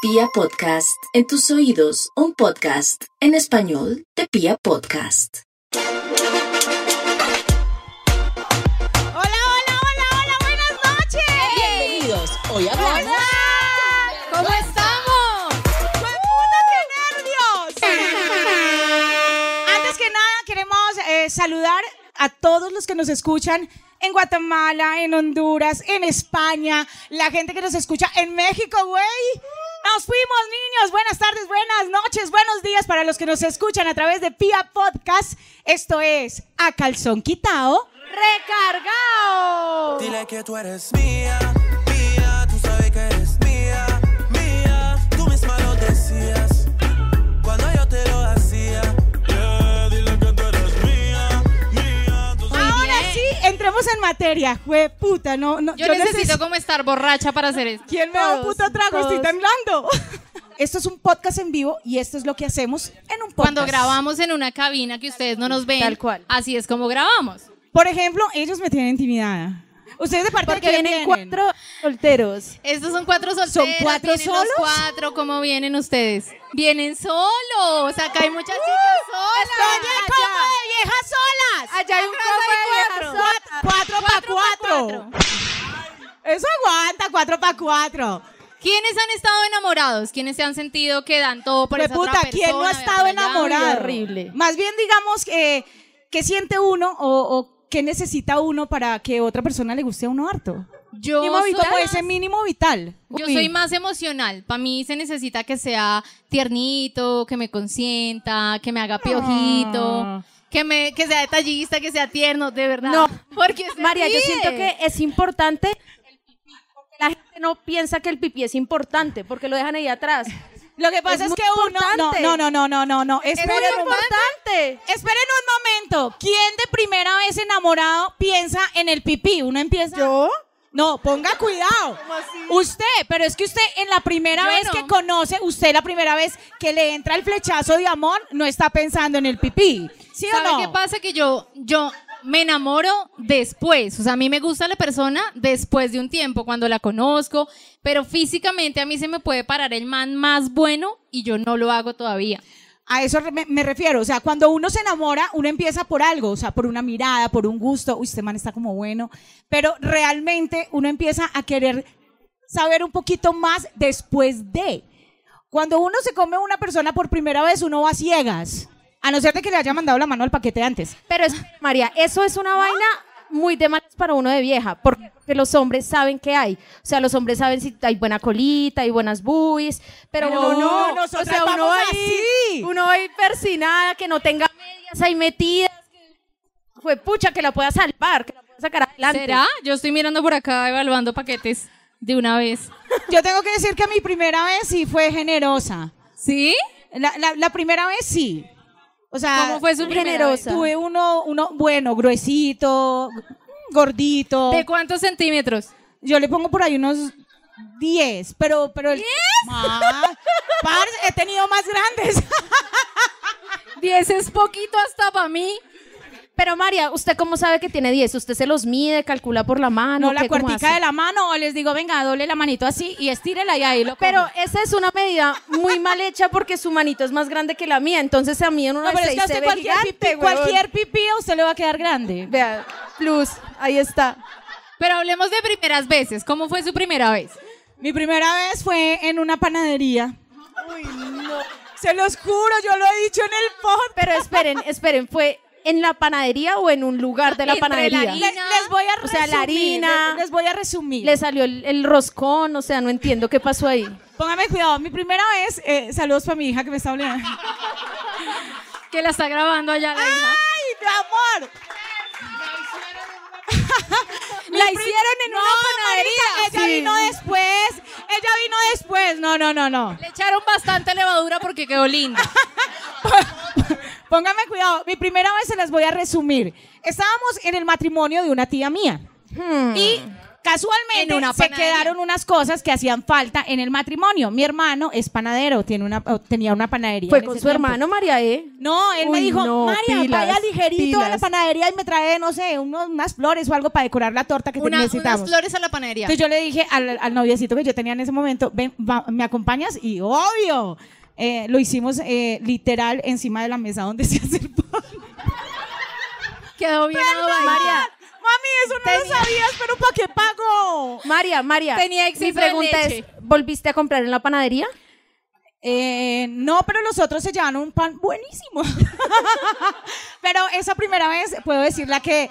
Pia Podcast, en tus oídos, un podcast en español de Pia Podcast. Hola, hola, hola, hola, buenas noches. Bienvenidos. Hoy hablamos. Hola. ¿Cómo estamos? ¡Qué nervios! Antes que nada, queremos eh, saludar a todos los que nos escuchan en Guatemala, en Honduras, en España, la gente que nos escucha en México, güey. Nos fuimos, niños. Buenas tardes, buenas noches, buenos días para los que nos escuchan a través de Pia Podcast. Esto es A Calzón Quitao, Recargao. Dile que tú eres mía, mía, tú sabes que eres mía, mía. Tú misma lo decías cuando yo te lo hacía. Yeah, dile que tú eres mía, mía, tú sabes. Ahora sí, entremos en materia, jue puta, no, no. Yo, neces- necesito como estar borracha para hacer esto. ¿Quién me da un puto trago? Estoy temblando. Esto es un podcast en vivo y esto es lo que hacemos en un podcast. Cuando grabamos en una cabina que ustedes no nos ven, Tal cual. así es como grabamos. Por ejemplo, ellos me tienen intimidada. Ustedes de parte de Porque quién vienen cuatro solteros. Estos son cuatro ¿Son solteros. cuatro vienen los solos? cuatro, ¿cómo vienen ustedes? Vienen solos. Acá hay muchas chicas solas. Estoy en combo de viejas solas. Allá hay un Acá hay combo de cuatro. viejas Cuat- Cuatro pa' cuatro. Eso aguanta, cuatro pa' cuatro. ¿Quiénes han estado enamorados? ¿Quiénes se han sentido que dan todo por Jue esa puta, otra persona? ¿quién no ha de estado allá? enamorado? Uy, horrible. Más bien digamos que qué siente uno o, o qué necesita uno para que otra persona le guste a uno harto. Yo Mínimo vital, soy- como ese mínimo vital. Yo Uy. soy más emocional. Para mí se necesita que sea tiernito, que me consienta, que me haga piojito, que me que sea detallista, que sea tierno, de verdad. Ah. No, porque se María, yo ríe. siento que es importante. porque La gente no piensa que el pipí es importante porque lo dejan ahí atrás. Lo que pasa es, Es muy que uno importante. no, no, no, no, no, no. Esperen Pero es un momento. importante. Esperen un momento. ¿Quién de primera vez enamorado piensa en el pipí? Uno empieza. ¿Yo? No, ponga cuidado. Usted, pero es que usted en la primera Yo vez no. que conoce, usted la primera vez que le entra el flechazo de amor, no está pensando en el pipí. ¿Sí o ¿Sabe no? qué pasa? Que yo, yo me enamoro después. O sea, a mí me gusta la persona después de un tiempo, cuando la conozco. Pero físicamente a mí se me puede parar el man más bueno y yo no lo hago todavía. A eso re- me, me refiero. O sea, cuando uno se enamora, uno empieza por algo, o sea, por una mirada, por un gusto. Uy, este man está como bueno. Pero realmente uno empieza a querer saber un poquito más después de. Cuando uno se come a una persona por primera vez, uno va a ciegas. A no ser de que le haya mandado la mano al paquete antes. Pero es, María, eso es una vaina muy de malas para uno de vieja, porque, porque los hombres saben qué hay. O sea, los hombres saben si hay buena colita, hay buenas buis, pero, Pero uno no, no. O nosotras sea, uno vamos va así. ahí, uno va ahí persinada, que no tenga medias ahí metidas, que fue pucha, que la pueda salvar, que la pueda sacar adelante. ¿Será? Yo estoy mirando por acá, evaluando paquetes de una vez. Yo tengo que decir que mi primera vez sí fue generosa. ¿Sí? La, la- la primera vez sí. O sea, ¿Cómo fue su primera generosa. vez? tuve uno, uno bueno, gruesito, gordito. ¿De cuántos centímetros? Yo le pongo por ahí unos 10, pero, pero el. Ma, parce, he tenido más grandes. Ah, 10 es poquito hasta para mí. Pero María, ¿usted cómo sabe que tiene 10? ¿Usted se los mide, calcula por la mano? no, la ¿qué, cómo cuartica hace? de la mano, o les digo, venga, doble la manito así y estírela y ahí lo. Pero como. esa es una medida muy mal hecha porque su manito es más grande que la mía, entonces a mí en uno No, de pero es seis que a se usted ve cualquier, gigante, pipí, huevón. cualquier pipí a usted le va a quedar grande. Vea, plus, ahí está. Pero hablemos de primeras veces. ¿Cómo fue su primera vez? Mi primera vez fue en una panadería. Uy, no. Se los juro, yo lo he dicho en el podcast. Pero esperen, esperen, ¿fue en la panadería o en un lugar de la Entre la panadería? harina. Les, les voy a resumir. O sea, la harina. Les, les voy a resumir. Le salió el, el roscón, o sea, no entiendo qué pasó ahí. Póngame cuidado. Mi primera vez, eh, saludos para mi hija que me está hablando. Que la está grabando allá la hija. ¡Ay, mi amor! La hicieron en una panadería. ella vino después. Ella vino después. No, no, no, no. Le echaron bastante levadura porque quedó linda. Póngame cuidado. Mi primera Hmm. vez se las voy a resumir. Estábamos Mm. en el matrimonio de una tía mía. Y Casualmente En una se panadería. quedaron unas cosas que hacían falta en el matrimonio. Mi hermano es panadero, tiene una, o tenía una panadería. Fue en con ese su tiempo. hermano María E. No, él me Uy, dijo, no, María, vaya pilas, ligerito a la pilas. panadería y me trae, no sé, unos- unas flores o algo para decorar la torta que te- Una- unas necesitamos. flores a la panadería. Entonces yo le dije al, al noviecito que yo tenía en ese momento, ven, va- ¿me acompañas? Y obvio, eh, lo hicimos eh, literal encima de la mesa donde se hace el pan. Quedó bien adobada. María, Mami, eso no lo sabías, pero ¿para qué pago? María, María. Tenía exceso Mi de pregunta leche. es, ¿volviste a comprar en la panadería? Eh, no, pero los otros se llevan un pan buenísimo. pero esa primera vez puedo decirla que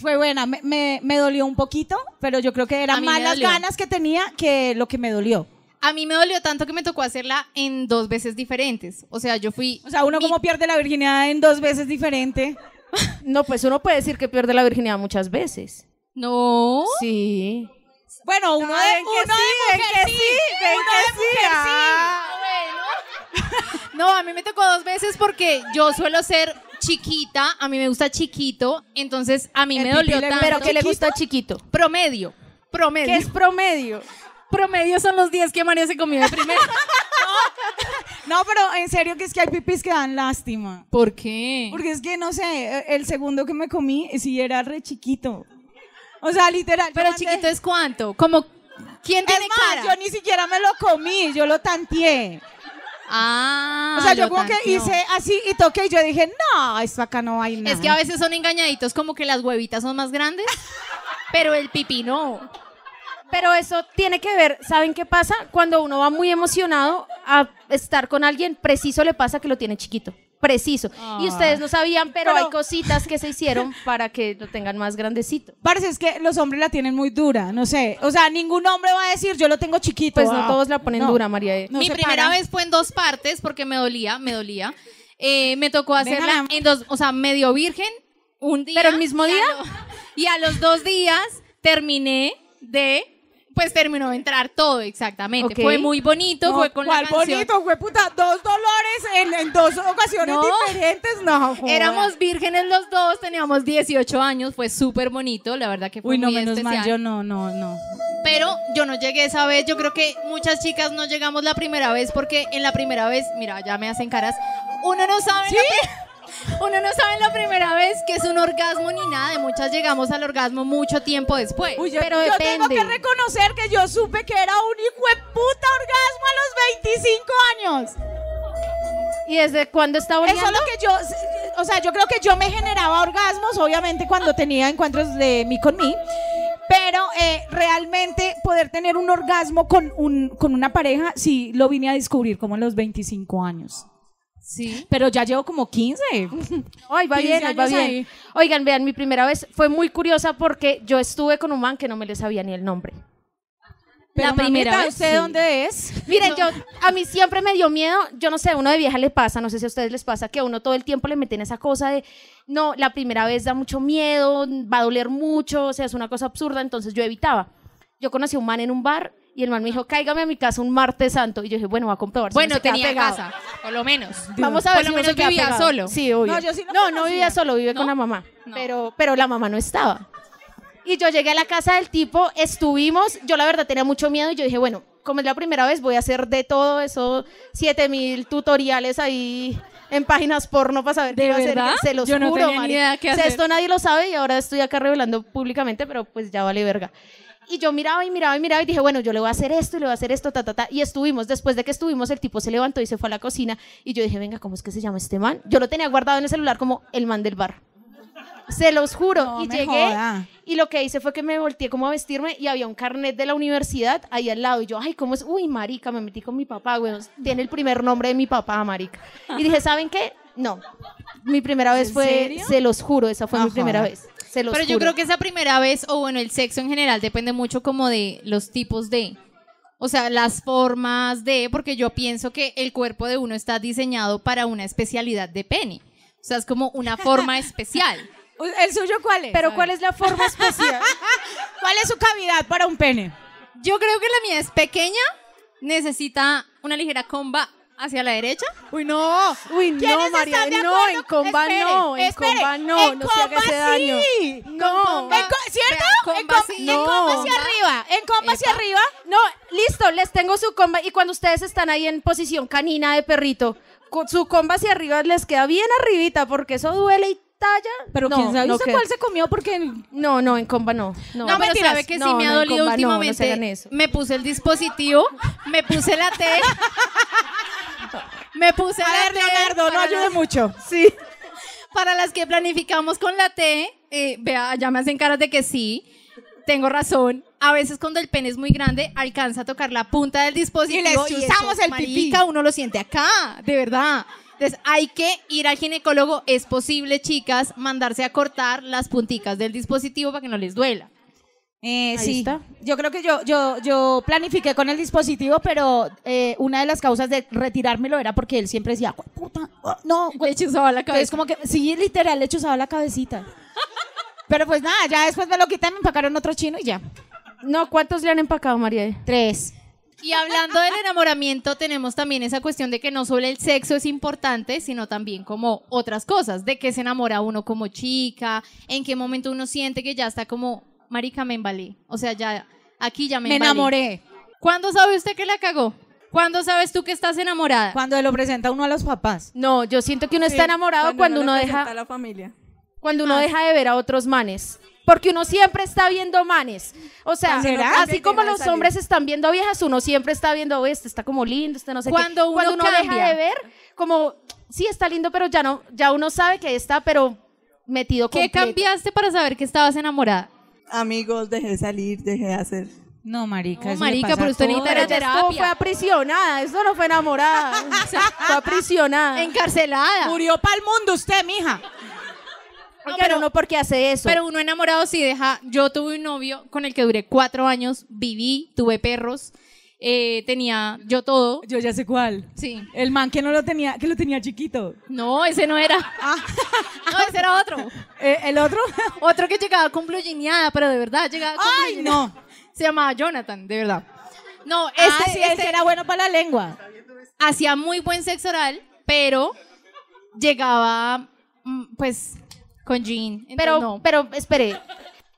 fue buena. Me, me- me dolió un poquito, pero yo creo que A eran mí me más las dolió. ganas que tenía que lo que me dolió. A mí me dolió tanto que me tocó hacerla en dos veces diferentes. O sea, yo fui. O sea, uno mi- como pierde la virginidad en dos veces diferente. No, pues uno puede decir que pierde la virginidad muchas veces. No. Sí. Bueno, uno de, ven que uno de sí, ven mujer que sí, sí, ven uno que de sí, mujer sí. ah. No, a mí me tocó dos veces porque yo suelo ser chiquita. A mí me gusta chiquito. Entonces, a mí El me pipí dolió le- tanto. Pero que le ¿Chiquito? gusta chiquito. Promedio. Promedio. ¿Qué es promedio? Promedio son los 10 que María se comió de primero. No, pero en serio que es que hay pipis que dan lástima. ¿Por qué? Porque es que, no sé, eh, el segundo que me comí eh, sí era re chiquito. O sea, literal. yo Pero mandé- chiquito es cuánto? Como ¿quién tiene Es más, cara? yo ni siquiera me lo comí, yo lo tanteé. Ah. o sea, yo lo como tan- que no. hice así y toqué y yo dije, no, esto acá no hay nada. Es que a veces son engañaditos como que las huevitas son más grandes, pero el pipí no. Pero eso tiene que ver, ¿saben qué pasa? Cuando uno va muy emocionado a estar con alguien, preciso le pasa que lo tiene chiquito. Preciso. Y ustedes no sabían, pero, Pero- hay cositas que se hicieron para que lo tengan más grandecito. Parece es que los hombres la tienen muy dura, no sé. O sea, ningún hombre va a decir, yo lo tengo chiquito. Pues no Ah, todos la ponen no. dura, María. E. No Mi se primera para. vez fue en dos partes porque me dolía, me dolía. Eh, me tocó hacerla Déjala. en dos, o sea, medio virgen, un día. ¿Pero el mismo y a día? lo- y a los dos días terminé de, pues terminó de entrar todo, exactamente. Ok. Fue muy bonito, No, fue con la ¿cuál canción. bonito, güey, puta, dos dolores en, en dos ocasiones No. diferentes, no. joder. Éramos vírgenes los dos, teníamos 18 años, fue súper bonito, la verdad que fue Uy, no, muy menos especial. mal, yo no, no, no. Pero yo no llegué esa vez. Yo creo que muchas chicas no llegamos la primera vez porque en la primera vez, mira, ya me hacen caras. Uno no sabe. en la pri- Uno no sabe en la primera vez que es un orgasmo ni nada. De muchas llegamos al orgasmo mucho tiempo después. Uy, yo, Pero yo tengo depende. que reconocer que yo supe que era un hijo de puta orgasmo a los 25 años. ¿Y desde cuándo está Eso es orinando? lo que yo, o sea, yo creo que yo me generaba orgasmos, obviamente, cuando tenía encuentros de mí con mí, pero eh, realmente poder tener un orgasmo con, un, con una pareja, sí, lo vine a descubrir como a los 25 años. Sí. Pero ya llevo como 15. Ay, va 15 bien, ahí va años bien. ahí. Oigan, vean, mi primera vez fue muy curiosa porque yo estuve con un man que no me le sabía ni el nombre. Pero, la primera mamita, vez. ¿Usted sí. dónde es? Miren, yo, a mí siempre me dio miedo, yo no sé, a uno de vieja le pasa, no sé si a ustedes les pasa, que a uno todo el tiempo le meten esa cosa de, no, la primera vez da mucho miedo, va a doler mucho, o sea, es una cosa absurda, entonces yo evitaba. Yo conocí a un man en un bar y el man me dijo, cáigame a mi casa un martes santo. Y yo dije, bueno, voy a comprobar. si no Bueno, se queda tenía pegado". casa, por lo menos. Vamos a Por ver lo si no menos se queda vivía pegado. solo. Sí, obvio. No, yo sí lo no, no conocía. vivía solo, vive ¿No? con la mamá. No. Pero, pero la mamá no estaba. Y yo llegué a la casa del tipo, estuvimos, yo la verdad tenía mucho miedo y yo dije, bueno, como es la primera vez, voy a hacer de todo eso, 7000 tutoriales ahí en páginas porno para saber ¿De qué iba a hacer. verdad? Se los Yo no juro, tenía ni marica. idea qué O sea, hacer. esto nadie lo sabe y ahora estoy acá revelando públicamente, pero pues ya vale verga. Y yo miraba y miraba y miraba y dije, bueno, yo le voy a hacer esto y le voy a hacer esto, ta, ta, ta. Y estuvimos, después de que estuvimos, el tipo se levantó y se fue a la cocina. Y yo dije, venga, ¿cómo es que se llama este man? Yo lo tenía guardado en el celular como el man del bar. Se los juro. No y me llegué joda. y lo que hice fue que me volteé como a vestirme y había un carnet de la universidad ahí al lado. Y yo, ay, ¿cómo es? Uy, marica, me metí con mi papá, güey. Tiene el primer nombre de mi papá, marica. Y dije, ¿saben qué? No. Mi primera vez fue, serio? se los juro, esa fue mi Ajá. primera vez. Se los Pero yo juro. creo que esa primera vez, o bueno, el sexo en general depende mucho como de los tipos de, o sea, las formas de, porque yo pienso que el cuerpo de uno está diseñado para una especialidad de pene. O sea, es como una forma especial. Pues, ¿El suyo cuál es? Pero ¿cuál es la forma especial? ¿Cuál es su cavidad para un pene? Yo creo que la mía es pequeña, necesita una ligera comba hacia la derecha. Uy, no. Uy, no, ¿Quiénes María, están de no, acuerdo? en comba Espere, no, en espere, comba no, en no se haga comba ese daño. sí. No, En co- ¿cierto? Vea, en, comba com- sí. en comba No. hacia arriba, en comba hacia Epa. arriba. No, listo, les tengo su comba. Y cuando ustedes están ahí en posición canina de perrito, cu- su comba hacia arriba les queda bien arribita porque eso duele y talla. Pero no, quién sabe no usted queda. cuál se comió porque No, no, en comba no. No, No, pero mentiras. sabe que sí No, me ha no, en dolido comba no, no se últimamente. hagan eso. Me puse el dispositivo, me puse la tela. me puse A la ver, tela Leonardo, no para ayude las- mucho. sí. Para las que planificamos con la T, eh, vea, ya me hacen caras de que sí, tengo razón. A veces cuando el pene es muy grande, alcanza a tocar la punta del dispositivo. Y les chuzamos el pipí. marica, uno lo siente acá, de verdad. Entonces hay que ir al ginecólogo, es posible, chicas, mandarse a cortar las punticas del dispositivo para que no les duela. Eh, Ahí sí, está. yo creo que yo, yo, yo planifiqué con el dispositivo, pero eh, una de las causas de retirármelo era porque él siempre decía, "Jue puta, oh, no, jue-". Le chuzaba la Entonces, cabeza. como que, sí, literal, le chuzaba la cabecita. Pero pues nada, ya después me lo quitan, me empacaron otro chino y ya. No, ¿cuántos le han empacado, María? Tres. Y hablando del enamoramiento, tenemos también esa cuestión de que no solo el sexo es importante, sino también como otras cosas, de qué se enamora uno como chica, en qué momento uno siente que ya está como, marica, me embalé. O sea, ya, aquí ya me, Me embalé. enamoré. ¿Cuándo sabe usted que la cagó? ¿Cuándo sabes tú que estás enamorada? Cuando lo presenta uno a los papás. No, yo siento que uno está enamorado cuando, uno, le presenta deja a la familia. cuando Ah. uno deja de ver a otros manes. Porque uno siempre está viendo manes. O ¿Ah, sea, Cuando uno así cambia y como deja de los salir. hombres están viendo a viejas, uno siempre está viendo, "Oye, este está como lindo, este no sé Cuando qué. uno cuando uno cambia. deja de ver, como, sí, está lindo, pero ya no, ya uno sabe que ahí está, pero metido ¿Qué completo. cambiaste para saber que estabas enamorada? Amigos, dejé de salir, dejé de hacer. No, marica. No, eso le marica, pasa pero a usted todas. necesita Pero ya esto terapia. fue aprisionada, esto no fue enamorada. fue aprisionada. Encarcelada. Ah. Murió para el mundo usted, mija. Oigan, pero- uno porque hace eso. Pero uno enamorado sí deja. Yo tuve un novio con el que duré cuatro años, viví, tuve perros, eh, tenía yo todo. Yo ya sé cuál. Sí. El man que no lo tenía, que lo tenía chiquito. No, ese no era. No, ese era otro. Eh, ¿El otro? Otro que llegaba con plugineada, pero de verdad llegaba con ¡Ay, blugineada. no! Se llamaba Jonathan, de verdad. No, este, Ah, sí, este ese era bueno para la lengua. hacía muy buen sexo oral, pero llegaba, mm, pues, con jean. Entonces, Pero, no. pero, espere.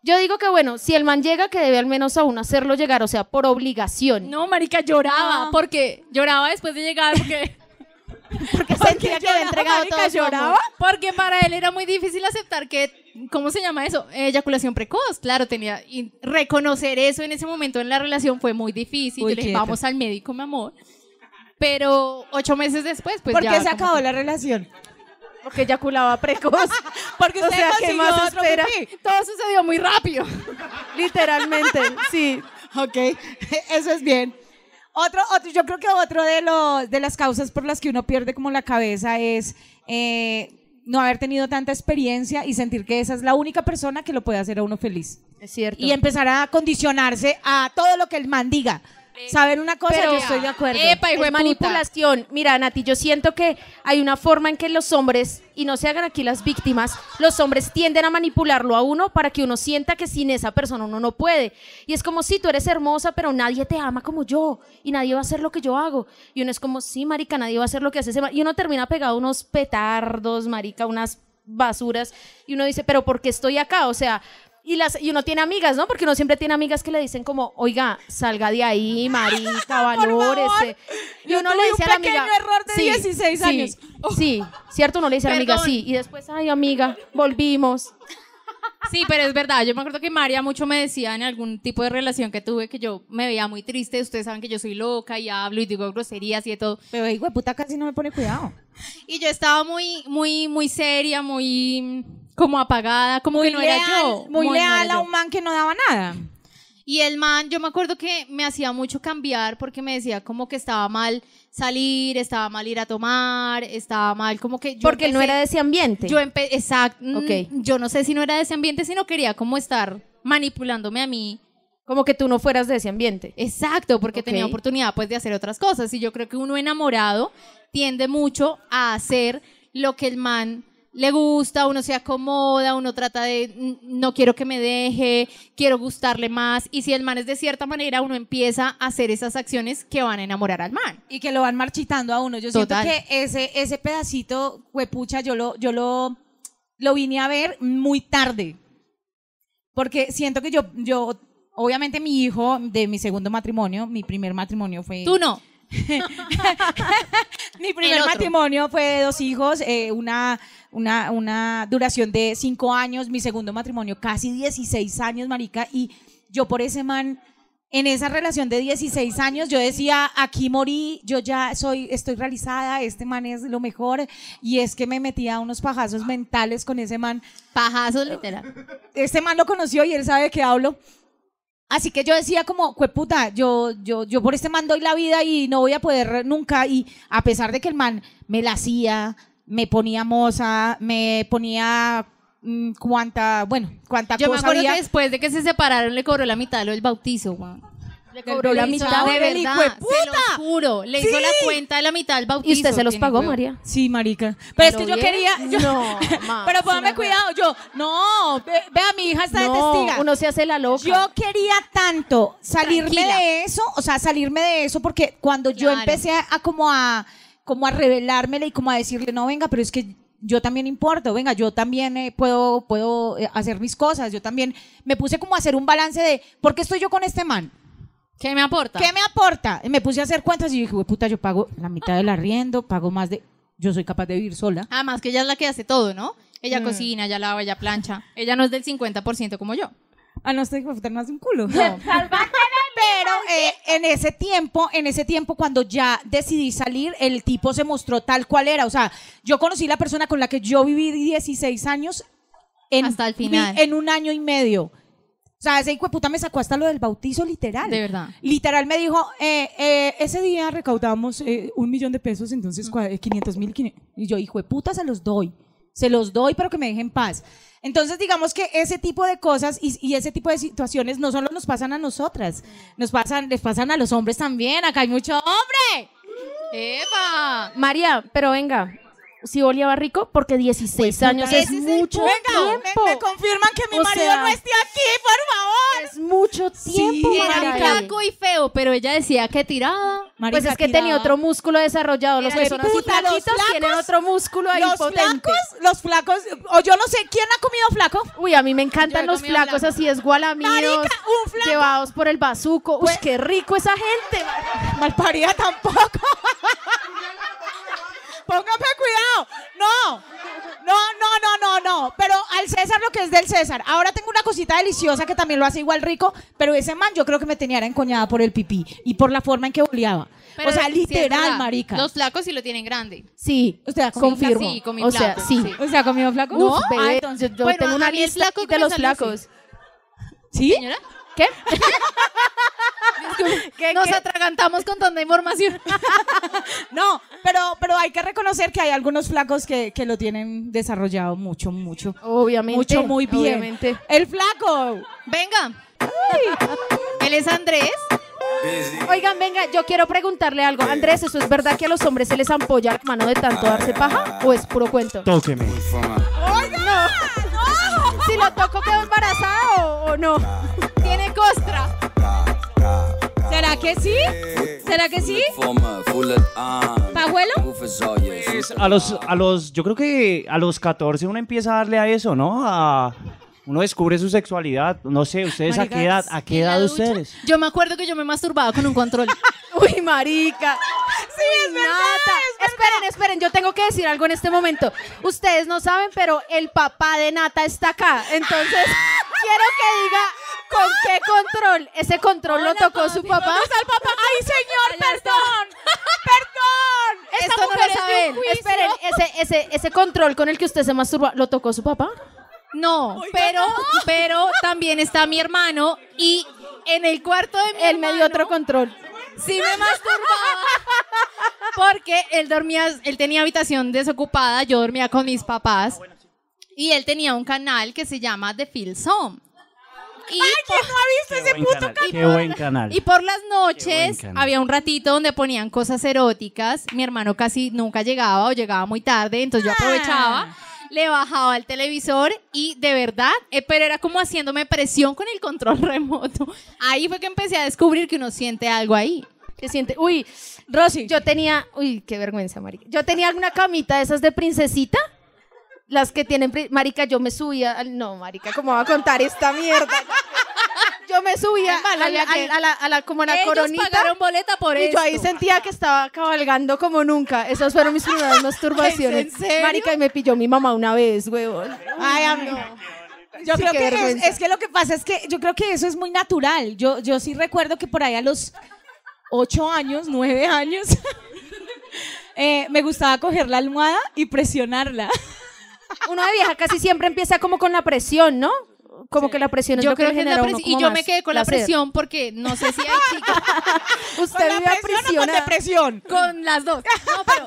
Yo digo que bueno, si el man llega, que debe al menos a uno hacerlo llegar, o sea, por obligación. No, marica, lloraba, porque lloraba después de llegar, porque... porque sentía que había entregado todo su amor. Porque para él era muy difícil aceptar que, ¿cómo se llama eso? Eyaculación precoz, claro, tenía. Y reconocer eso en ese momento en la relación fue muy difícil. Uy, Yo le dije, quieta. vamos al médico, mi amor. Pero ocho meses después, pues ¿Por ya. qué se como- acabó la relación? Porque eyaculaba precoz. Porque o usted sea, ¿qué consiguió más otro espera? pipí. Todo sucedió muy rápido. Literalmente, sí. Ok, eso es bien. Otro, otro, yo creo que otro de, los, de las causas por las que uno pierde como la cabeza es eh, no haber tenido tanta experiencia y sentir que esa es la única persona que lo puede hacer a uno feliz. Es cierto. Y empezar a condicionarse a todo lo que el man diga. Saber una cosa, Pero yo estoy de acuerdo. Epa, hijo de es puta. manipulación. Mira, Nati, yo siento que hay una forma en que los hombres, y no se hagan aquí las víctimas, los hombres tienden a manipularlo a uno para que uno sienta que sin esa persona uno no puede. Y es como si tú eres hermosa, pero nadie te ama como yo, y nadie va a hacer lo que yo hago. Y uno es como, sí, marica, nadie va a hacer lo que hace ese man". Y uno termina pegado a unos petardos, marica, unas basuras, y uno dice, pero ¿por qué estoy acá? O sea... Y, las, y uno tiene amigas, ¿no? Porque uno siempre tiene amigas que le dicen como, oiga, salga de ahí, marica, valórese. Y Yo uno tuve le un dice a la pequeño amiga. error de 16 sí, años. Oh. Sí, cierto, uno le dice a la amiga, Perdón. sí. Y después, ay, amiga, volvimos. Sí, pero es verdad. Yo me acuerdo que María mucho me decía en algún tipo de relación que tuve que yo me veía muy triste. Ustedes saben que yo soy loca y hablo y digo groserías y de todo. Pero hijo de puta casi no me pone cuidado. Y yo estaba muy, muy, muy seria, muy mm, como apagada, como que no era yo. muy, no leal era a yo. un man que no daba nada. Y el man, yo me acuerdo que me hacía mucho cambiar porque me decía como que estaba mal salir, estaba mal ir a tomar, estaba mal como que yo Porque él no empecé- era de ese ambiente. yo empe- exacto, mm, Ok. yo no sé si no era de ese ambiente, sino quería como estar manipulándome a mí. como que tú no fueras de ese ambiente. Exacto, porque tenía Ok. oportunidad pues de hacer otras cosas. Y yo creo que uno enamorado tiende mucho a hacer lo que el man le gusta, uno se acomoda, uno trata de "Mm, no quiero que me deje, quiero gustarle más. Y si el man es de cierta manera, uno empieza a hacer esas acciones que van a enamorar al man. Y que lo van marchitando a uno. Yo Total. siento que ese, ese pedacito, huepucha, yo lo, yo lo, lo vine a ver muy tarde. Porque siento que yo, yo, obviamente mi hijo de mi segundo matrimonio, mi primer matrimonio fue... Tú no. Mi primer El otro. matrimonio fue de dos hijos, eh, una, una, una duración de cinco años, mi segundo matrimonio casi 16 años, marica, y yo por ese man, en esa relación de 16 años, yo decía, aquí morí, yo ya soy, estoy realizada, este man es lo mejor, y es que me metía unos pajazos mentales con ese man, Pajazos, literal. este man lo conoció y él sabe de qué hablo. Así que yo decía como, puta, yo, yo, yo por este man doy la vida y no voy a poder nunca. Y a pesar de que el man me la hacía, me ponía moza, me ponía mm, cuanta, bueno, cuanta Yo me cosa acuerdo había. que después de que se separaron le cobró la mitad lo del bautizo, weón. Le cobró la bautizo mitad de del hijo de verdad. Se puta. lo juro. Le hizo la cuenta de la mitad del bautizo. ¿Y usted se los tiene pagó, huevo. María? Sí, marica. Pero es ¿Lo que yo vieron? quería... yo- No, ma, pero es póngame una cuidado. Yo, no, ve- vea, mi hija está de testiga. No, uno se hace la loca. Yo quería tanto salirme Tranquila. de eso, o sea, salirme de eso, porque cuando yo Claro. empecé a, a como a como a revelármela y como a decirle, no, venga, pero es que yo también importo, venga, yo también eh, puedo, puedo eh, hacer mis cosas, yo también me puse como a hacer un balance de ¿por qué estoy yo con este man? ¿Qué me aporta? ¿Qué me aporta? Y me puse a hacer cuentas y dije, "Hue puta, yo pago la mitad del arriendo, pago más de. Yo soy capaz de vivir sola. Además que ella es la que hace todo, ¿no? Ella cocina, ella lava, ella plancha. Ella no es del 50% como yo. Ah, no estoy puta, más de un culo. No. Pero eh, en ese tiempo, en ese tiempo cuando ya decidí salir, el tipo se mostró tal cual era. O sea, yo conocí la persona con la que yo viví 16 años en, Hasta el final. mi- en un año y medio. O sea, ese hijo de puta me sacó hasta lo del bautizo literal. De verdad. Literal me dijo, eh, eh, ese día recaudamos eh, un millón de pesos, entonces cua- eh, 500 mil. quine- Y yo, hijo de puta, se los doy. Se los doy, pero que me dejen paz. Entonces, digamos que ese tipo de cosas y, y ese tipo de situaciones no solo nos pasan a nosotras, nos pasan, les pasan a los hombres también. Acá hay mucho hombre. Ah, ¡Epa! María, pero venga, si Bolívar rico, porque 16 años es Ese es el mucho Pues Venga, tiempo. me, me confirman que mi O marido sea- no esté aquí, por favor. Es mucho tiempo, Sí, Era María. flaco y feo, pero ella decía que tiraba. Pues Marica, es que tenía tiraba. otro músculo desarrollado. Los Era que son así puta, los flaquitos flacos, tienen otro músculo ahí Los potente. flacos, los flacos, o yo no sé, ¿quién ha comido flaco? Uy, a mí me encantan Yo he los comido flacos flaco. así, es Marica, gualaminos, un flaco. llevados por el bazuco. Uy, Pues- qué rico esa gente. María. Malparida tampoco. Póngame cuidado. No, no, no, no, no, no. Pero al César lo que es del César. Ahora tengo una cosita deliciosa que también lo hace igual rico, pero ese man yo creo que me tenía era encoñada por el pipí y por la forma en que boleaba. Pero o sea, sí es literal, verdad, marica. Los flacos sí lo tienen grande. Sí, ¿Usted ha comido confirmo. sí, comí o sea, flaco, sí. sí. ¿Usted ha comido flaco? Uf, Ah, bebé, entonces- yo bueno, tengo a una mí el lista flaco que de me los sale, sí. flacos. ¿Sí? Señora, ¿Qué? nos atragantamos con tanta información. No, pero, pero hay que reconocer que hay algunos flacos que, que lo tienen desarrollado mucho, mucho. Obviamente. Mucho, muy bien. Obviamente. El flaco. Venga. Él es Andrés. Oigan, venga, yo quiero preguntarle algo. Andrés, ¿eso es verdad que a los hombres se les ampolla la mano de tanto darse paja? ¿O es puro cuento? Tóqueme. No. Si lo toco, quedo embarazada o, o no. Tiene costra. ¿Será que sí? ¿Será que sí? ¿Pajuelo? Pues A los, a los, yo creo que a los 14 uno empieza a darle a eso, ¿no? A- uno descubre su sexualidad. No sé, ustedes a qué edad, a qué ¿En la edad ducha? ustedes. Yo me acuerdo que yo me masturbaba con un control. Uy, marica. Sí, es verdad, Esperen, esperen, yo tengo que decir algo en este momento. Ustedes no saben, pero el papá de Nata está acá. Entonces, quiero que diga con qué control. Ese control lo tocó su papá. ¡Ay, señor, Allá está. perdón! ¡Perdón! Esta Esto no mujer lo es de saben. un juicio. Esperen, ese, ese, ese control con el que usted se masturba, ¿lo tocó su papá? No, pero, pero también está mi hermano y en el cuarto de mi Él me dio hermano otro control. sí me masturbaba porque él dormía, él tenía habitación desocupada, yo dormía con mis papás y él tenía un canal que se llama The Field Zone. Y por- Qué buen canal, qué buen canal. y por las noches canal. había un ratito donde ponían cosas eróticas. Mi hermano casi nunca llegaba o llegaba muy tarde, entonces Ah. yo aprovechaba, le bajaba al televisor y de verdad, eh, pero era como haciéndome presión con el control remoto. Ahí fue que empecé a descubrir que uno siente algo ahí. Se siente, uy, Rosy, yo tenía, uy, qué vergüenza, marica. Yo tenía alguna camita de esas de princesita Las que tienen, pri- marica, yo me subía, al- no, marica, ¿cómo va a contar esta mierda? Yo me subía a la, a la- a la- a la- como a la Ellos coronita pagaron boleta por y eso. yo ahí sentía que estaba cabalgando como nunca. Esas fueron mis primeras masturbaciones. ¿Es en serio? Marica, y me pilló mi mamá una vez, huevón. Ay, a mí. Yo Sí, creo qué que es, vergüenza. es que lo que pasa es que yo creo que eso es muy natural. Yo, yo sí recuerdo que por ahí a los ocho años, nueve años, eh, me gustaba coger la almohada y presionarla. Uno de vieja casi siempre empieza como con la presión, ¿no? Como que la presión es Yo lo creo le que es la genera a uno presión. como Y yo me más quedé con la placer. presión porque no sé si hay chicas Usted vive con aprisionada. depresión? con las dos. No, pero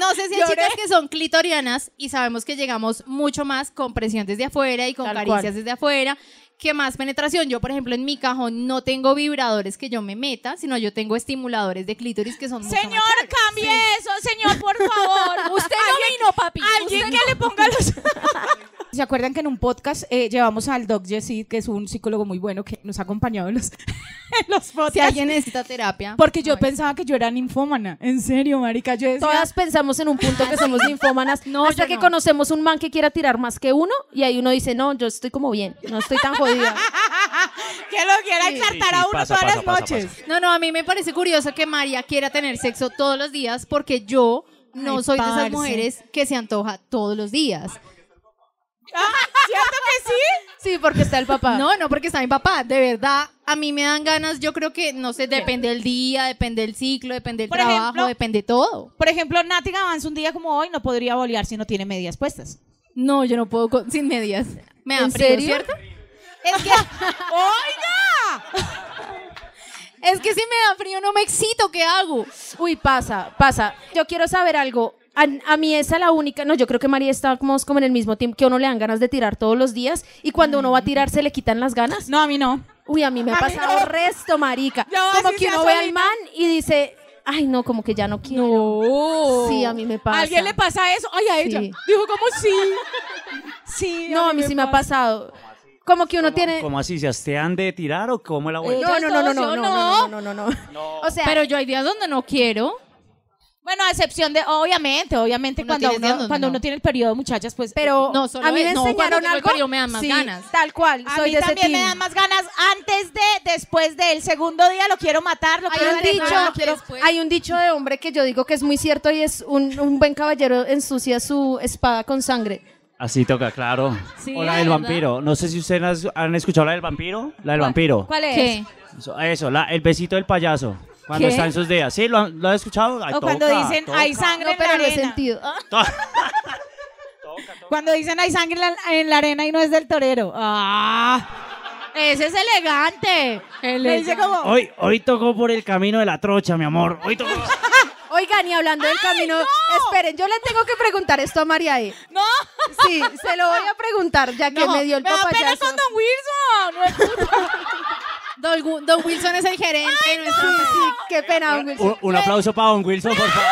no sé si hay chicas que son clitorianas y sabemos que llegamos mucho más con presión desde afuera y con Tal caricias cual. desde afuera que más penetración. Yo, por ejemplo, en mi cajón no tengo vibradores que yo me meta, sino yo tengo estimuladores de clítoris que son mucho más Señor, chéveres. cambie eso, señor, por favor. Usted no vino, papi. Alguien que le ponga los. ¿Se acuerdan que en un podcast eh, llevamos al Doc Jesse, que es un psicólogo muy bueno que nos ha acompañado en los, en los podcasts? Si alguien necesita terapia. Porque yo bueno. pensaba que yo era ninfómana. En serio, marica. Yo decía, Todas pensamos en un punto que somos linfómanas. No, hasta yo que no. conocemos un man que quiera tirar más que uno y ahí uno dice, no, yo estoy como bien, no estoy tan jodida. que lo quiera Sí, exaltar sí, a uno pasa, todas pasa, las pasa, noches. pasa. No, no, a mí me parece curioso que María quiera tener sexo todos los días porque yo no Ay, soy de parce. esas mujeres que se antoja todos los días. Ah, ¿Cierto que sí? Sí, porque está el papá. No, no, porque está mi papá. De verdad, a mí me dan ganas, yo creo que, no sé, depende del día, depende del ciclo, depende del Por trabajo, ejemplo- depende todo. Por ejemplo, Nati Gavance un día como hoy no podría bolear si no tiene medias puestas. No, yo no puedo con- sin medias. Me da ¿En frío, serio? ¿cierto? Es que, ¡Oiga! es que si me da frío no me excito, ¿qué hago? Uy, pasa, pasa. Yo quiero saber algo. A, a mí esa la única, no, yo creo que María estábamos como en el mismo tiempo que a uno le dan ganas de tirar todos los días y cuando uno va a tirar se le quitan las ganas. No, a mí no. Uy, a mí me ha A mí pasado no. resto, marica. Ya va, como sí que sea uno ve al solita. man y dice, ay, no, como que ya no quiero. No. Sí, a mí me pasa. ¿A alguien le pasa eso? Ay, a ella. Sí. Dijo como sí. Sí. No, a mí sí me ha pasado. Como que uno tiene... ¿Cómo así? ¿Se astean de tirar o cómo es la Eh, vuelta? no, no, no, no, Ellos dos, yo no, no, no, no. no, no, no, O sea, Pero yo hay días donde no quiero. Bueno, a excepción de, obviamente, obviamente, Uno cuando, tiene días uno, donde cuando no. uno tiene el periodo, muchachas, pues. pero no, solo a mí es- me no, cuando enseñaron tengo el algo. periodo me dan más Sí, ganas. Tal cual, A soy mí de ese también me team. dan más ganas antes de, después del segundo día lo quiero matar, lo Hay quiero un, dicho, arengar, lo quiero- después. hay un dicho de hombre que yo digo que es muy cierto y es un, un buen caballero ensucia su espada con sangre. Así toca, claro. Sí, o la del ¿verdad? vampiro. No sé si ustedes las- han escuchado la del vampiro. La del vampiro. ¿Cuál es? ¿Qué? Eso, eso, la- el besito del payaso. Cuando ¿Qué? está en sus días. ¿Sí? ¿Lo, han- lo has escuchado? Ay, O cuando toca, dicen toca. hay No, sangre en la pero no he arena. sentido. Ah, Cuando dicen hay sangre en la, en la arena y no es del torero. ¡Ah! Ese es elegante. Le dice como. Hoy, hoy tocó por el camino de la trocha, mi amor. Hoy tocó. Oigan, y hablando del camino, esperen, yo le tengo que preguntar esto a María. E. ¡No! Sí, se lo voy a preguntar, ya que no, me dio el me da pena papayazo. con Don Wilson. No es- Don, Gu- Don Wilson es el gerente de nuestra Ah, pues Sí, qué pena, don Wilson. Un, un aplauso para Don Wilson, por favor.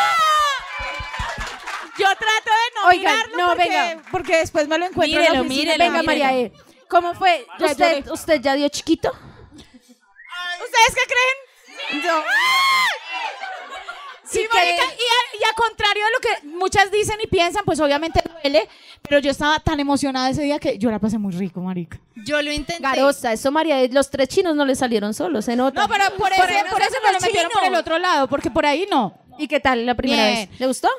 Yo trato de no Oigan, mirarlo no, porque, venga. porque después me lo encuentro en la Mírelo, oficina. mírelo, Venga, mírelo. María E. ¿Cómo fue? Ya ¿Usted, lloré. ¿Usted ya dio chiquito? E. ¿Ustedes qué creen? Yo. Sí, E. marica, y, a, y a contrario de lo que muchas dicen y piensan, pues obviamente duele, pero yo estaba tan emocionada ese día que yo la pasé muy rico, marica. Yo lo intenté. Garosa, eso María E, los tres chinos no le salieron solos, se nota. No, pero por, Por ese- eso- por eso me lo metieron por el otro lado, porque por ahí no. ¿Y qué tal la primera Bien. vez? ¿Le gustó?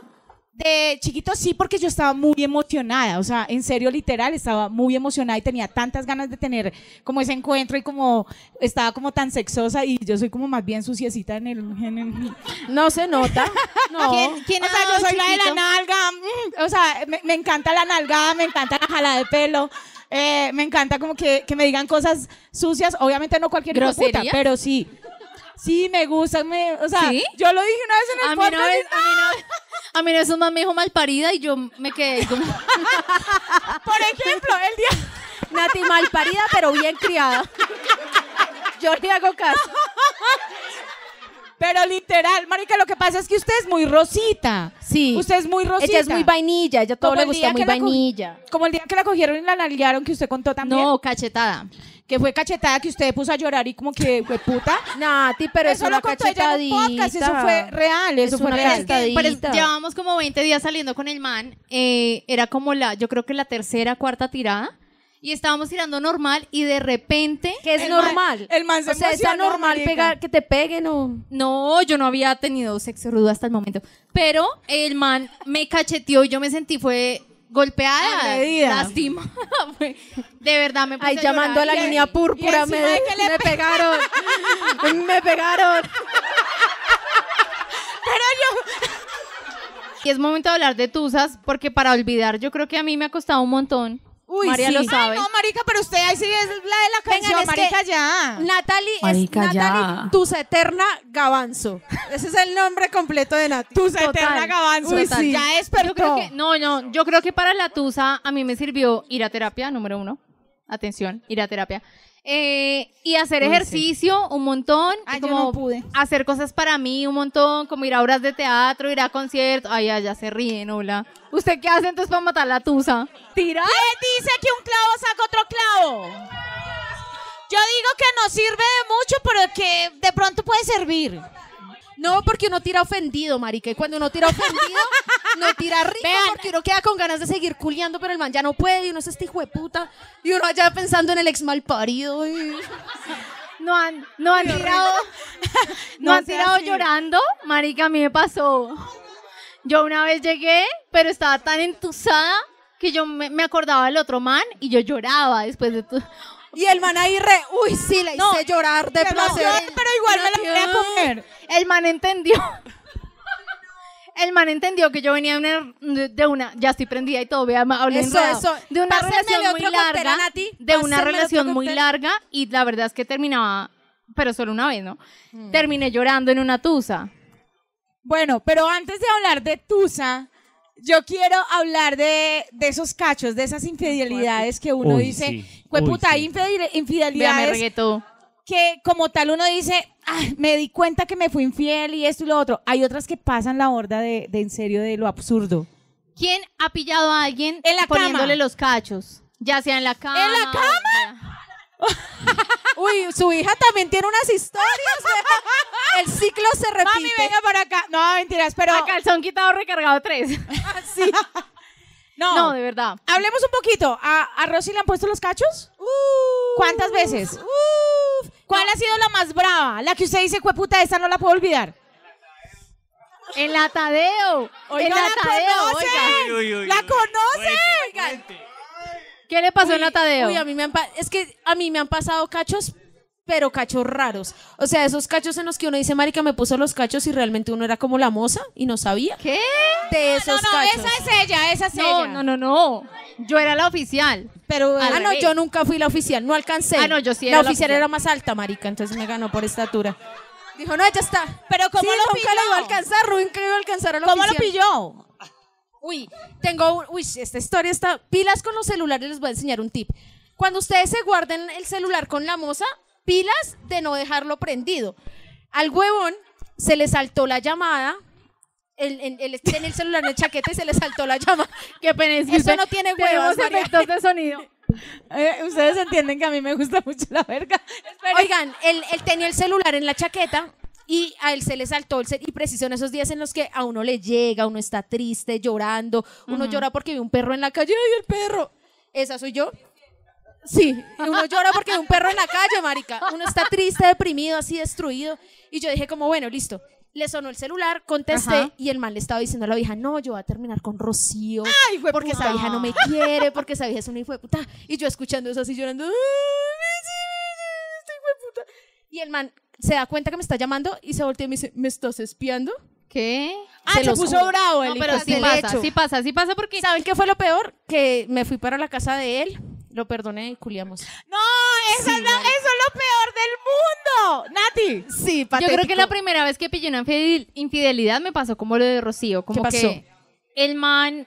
De chiquito sí, porque yo estaba muy emocionada, o sea, en serio, literal, estaba muy emocionada y tenía tantas ganas de tener como ese encuentro y como estaba como tan sexosa y yo soy como más bien suciecita en el... en el- No se nota. No. ¿Quién- quién o ha sea, yo dado soy la de la chiquito? nalga, mm, o sea, me, me encanta la nalgada, me encanta la jala de pelo, eh, me encanta como que, que me digan cosas sucias, obviamente no cualquier hijo de puta, ¿Groserías? pero sí. Sí, me gusta, me, o sea, ¿Sí? yo lo dije una vez en el A mí podcast. una y- vez, a mí una vez- a mí una vez un man me dijo malparida y yo me quedé como... Por ejemplo, el día... Nati mal parida, pero bien criada. Yo le hago caso. Pero literal, marica, lo que pasa es que usted es muy rosita. Sí. Usted es muy rosita. Ella es muy vainilla, ella todo Como le el gusta día muy que la co- vainilla. Como el día que la cogieron y la nalguearon, que usted contó también. No, cachetada. Que fue cachetada, que usted puso a llorar y como que fue puta. Nati, pero eso es una lo contó ella en un podcast, eso fue real, eso Es fue una real. cachetadita. Pero es- llevábamos como 20 días saliendo con el man. eh, era como la, yo creo que la tercera, cuarta tirada. Y estábamos tirando normal y de repente... Que es El man- normal. el man se o sea, es emocionó, normal marica. pegar, que te peguen o... No, yo no había tenido sexo rudo hasta el momento. Pero el man me cacheteó y yo me sentí fue golpeada. Agredida. Lástima. De verdad me puse Ahí a llamando llorar a la y ahí- línea púrpura, me, encima de que le me pegaron, me pegaron. Y es momento de hablar de tusas porque para olvidar yo creo que a mí me ha costado un montón. María lo sabe. Ay, no, marica, pero usted ahí sí es la de la canción, es que- marica, ya. Natalie Marica, es Natalie ya. Tusa Eterna Gabanzo. Ese es el nombre completo de Natalie. Tu eterna gabanzo. Total. Ya Yo despertó. creo que- no, no, yo creo que para la tusa a mí me sirvió ir a terapia, número uno. Atención, ir a terapia. Eh, y hacer ejercicio un montón. y Ay, yo como no pude. Hacer cosas para mí un montón, como ir a obras de teatro, ir a conciertos. Ay, ay, ya se ríen, hola. ¿Usted qué hace entonces para matar la tusa? ¿Quién dice que un clavo saca otro clavo? Yo digo que no sirve de mucho, pero que de pronto puede servir. No, porque uno tira ofendido, marica. Y cuando uno tira ofendido, no tira rico porque uno queda con ganas de seguir culiando, pero el man ya no puede y uno es este hijo de puta. Y uno allá pensando en el ex malparido. Y... No han, no han tirado, no, No han sea tirado así. llorando. Marica, a mí me pasó. Yo una vez llegué, pero estaba tan entusada que yo me, me acordaba del otro man y yo lloraba después de tu. Y el man ahí re, uy, sí, la hice No, llorar de Pero, placer. pero igual me la voy Una a tía- comer. El man entendió. El man entendió que yo venía de una, de una- ya estoy prendida y todo, vea, ma- hablé Eso, enredado. eso. de una Pásenmele relación muy otro cóctel, larga, de Nati. una Pásenmele otro relación muy cóctel. larga y la verdad es que terminaba, pero solo una vez, ¿no? Hmm. Terminé llorando en una tusa. Bueno, pero antes de hablar de Tusa, yo quiero hablar de, de esos cachos, de esas infidelidades que uno Uy, dice. sí. Hueputa, Uy, hay sí. infidel- Vea, me infidelidades reguetó. que como tal uno dice, "Ay, me di cuenta que me fui infiel y esto y lo otro. Hay otras que pasan la horda de, de en serio de lo absurdo. ¿Quién ha pillado a alguien En la poniéndole cama. los cachos? Ya sea en la cama. la cama? Uy, su hija también tiene unas historias. vea. el ciclo se repite. Mami, venga para acá. No, mentiras, pero... A calzón quitado recargado tres. No, No, de verdad. hablemos un poquito. ¿A, a Rosy le han puesto los cachos? ¿Cuántas veces? ¿Cuál ha sido la más brava? La que usted dice, puta, esta no la puedo olvidar. En la Tadeo. en Oiga, la la Tadeo. conocen. oiga. ¡La conoce! ¿Qué le pasó en la Tadeo? Uy, a mí me han pa- es que a mí me han pasado cachos, pero cachos raros. O sea, esos cachos en los que uno dice, marica, me puso los cachos y realmente uno era como la moza y no sabía. Ah, ¿Qué? De esos No, no, cachos. esa es ella, esa es No, ella. no, no, no. Yo era la oficial. Pero Al Ah, no, revés. yo nunca fui la oficial, no alcancé. Ah, no, yo sí la era la oficial. oficial. era más alta, marica, entonces me ganó por estatura. Dijo, no, ella está. Pero ¿cómo Sí, lo nunca la iba a pilló? alcanzar, nunca iba a alcanzar a la ¿Cómo lo oficial. pilló? Uy, tengo un- uy, esta historia está pilas con los celulares, les voy a enseñar un tip. Cuando ustedes se guarden el celular con la moza, pilas de no dejarlo prendido. Al huevón se le saltó la llamada. El, en- el- en el celular en el chaquete y se le saltó la llamada. Qué pena es que Eso usted- no tiene Tenemos huevos, María. efectos de sonido. Eh, Ustedes entienden que a mí me gusta mucho la verga. Esperen. Oigan, él, él tenía el celular en la chaqueta y a él se le saltó el cel- y preciso en esos días en los que a uno le llega, uno está triste, llorando, uno llora porque ve un perro en la calle, ¡ay, el perro! Esa soy yo. Sí, uno llora porque ve un perro en la calle, marica. Uno está triste, deprimido, así destruido. Y yo dije como, bueno, listo. Le sonó el celular, contesté Ajá. y el man le estaba diciendo a la vieja, no, yo voy a terminar con Rocío. Ay, fue porque esa puta. vieja no me quiere, porque esa vieja es una hijo de puta. Y yo escuchando eso así llorando, "Ay, este hijo de puta". Y el man se da cuenta que me está llamando y se voltea y me dice, ¿me estás espiando? ¿Qué? Ah, se los puso juro. bravo No, el pero hijo sí del pasa, hecho. sí pasa, sí pasa porque... ¿Saben qué fue lo peor? Que me fui para la casa de él, lo perdoné y culiamos. No, eso, es lo, eso es lo peor del mundo. Nati. Sí, Yo creo que la primera vez que pillé una infidel- infidelidad me pasó como lo de Rocío, como ¿Qué pasó? que el man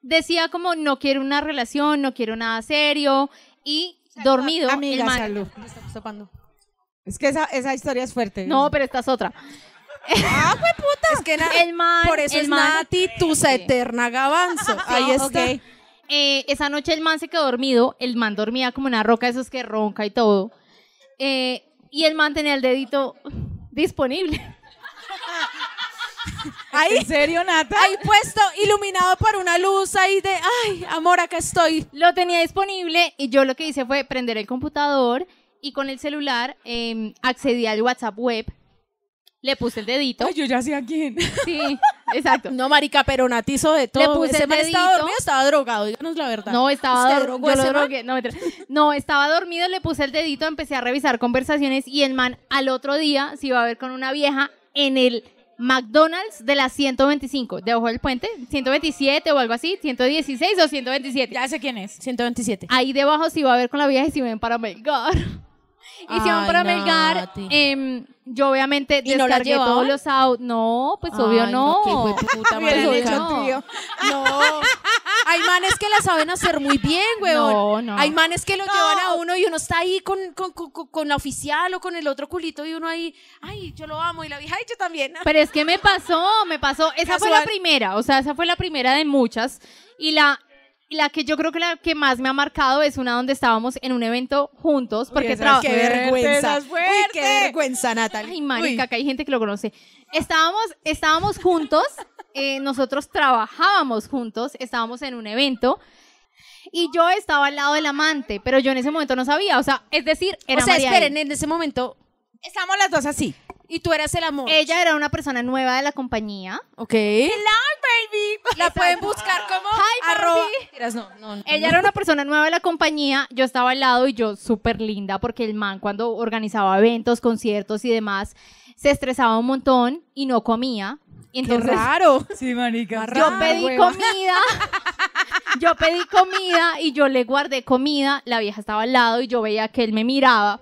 decía como no quiero una relación, no quiero nada serio y dormido el Amiga, man salud. Es que esa, esa historia es fuerte. No, pero esta es otra. ¡Ah, fue puta! Es que na- El man- por eso el es man- Nati, tusa eterna gabanzo. Ahí está. Ok. Eh, esa noche el man se quedó dormido, el man dormía como una roca, esos que ronca y todo. Eh, y el man tenía el dedito disponible. Ahí, ¿En serio, Nata? ahí puesto, iluminado por una luz ahí de, ay, amor, acá estoy. Lo tenía disponible y yo lo que hice fue prender el computador y con el celular eh, accedí al WhatsApp web. Le puse el dedito. Ay, yo ya sé a quién. Sí, exacto. No, marica, pero natizo de todo. Le puse Ese el man estaba dedito. dormido, estaba drogado, díganos la verdad. No, estaba ¿Usted dor- drogó yo ese lo man? drogué. No, mentira. No, estaba dormido, le puse el dedito, empecé a revisar conversaciones y el man al otro día se iba a ver con una vieja en el McDonald's de la 125, de Ojo del Puente, 127 o algo así, 116 o 127. Ya sé quién es. 127. Ahí debajo se iba a ver con la vieja y se iban para Melgar. Y se iban Ay, para Melgar. Nati. em, yo obviamente ¿Y no la descargué todos llevaban? los audios. No, pues obvio Ay, no. qué hijueputa, Pues, marica. obvio hecho no. trío. No. Hay manes que la saben hacer muy bien, weón. No, no. Hay manes que lo llevan a uno y uno está ahí con, con, con- con- con la oficial o con el otro culito y uno ahí, ay, yo lo amo y la vieja, ay, yo también. Pero es que me pasó, me pasó. Esa fue la Casual. primera, o sea, esa fue la primera de muchas. Y la, y la que yo creo que la que más me ha marcado es una donde estábamos en un evento juntos, porque esa traba- es que- Fuerte, esa es Uy, fuerte. qué vergüenza, Natalia. Ay, marica, que hay gente que lo conoce. Estábamos, estábamos juntos, eh, nosotros trabajábamos juntos, estábamos en un evento. Y yo estaba al lado del amante, pero yo en ese momento no sabía. O sea, es decir, era o sea, María esperen, en ese momento, Estamos las dos así. y tú eras el amor. Ella era una persona nueva de la compañía. Ok. La pueden buscar como Hi, arroba. Barbie. Mentiras, no, no, no. Ella era una persona nueva de la compañía, yo estaba al lado y yo súper linda porque el man cuando organizaba eventos, conciertos y demás, se estresaba un montón y no comía. Y Qué entonces raro. Sí, marica. yo pedí comida, yo pedí comida y yo le guardé comida, la vieja estaba al lado y yo veía que él me miraba,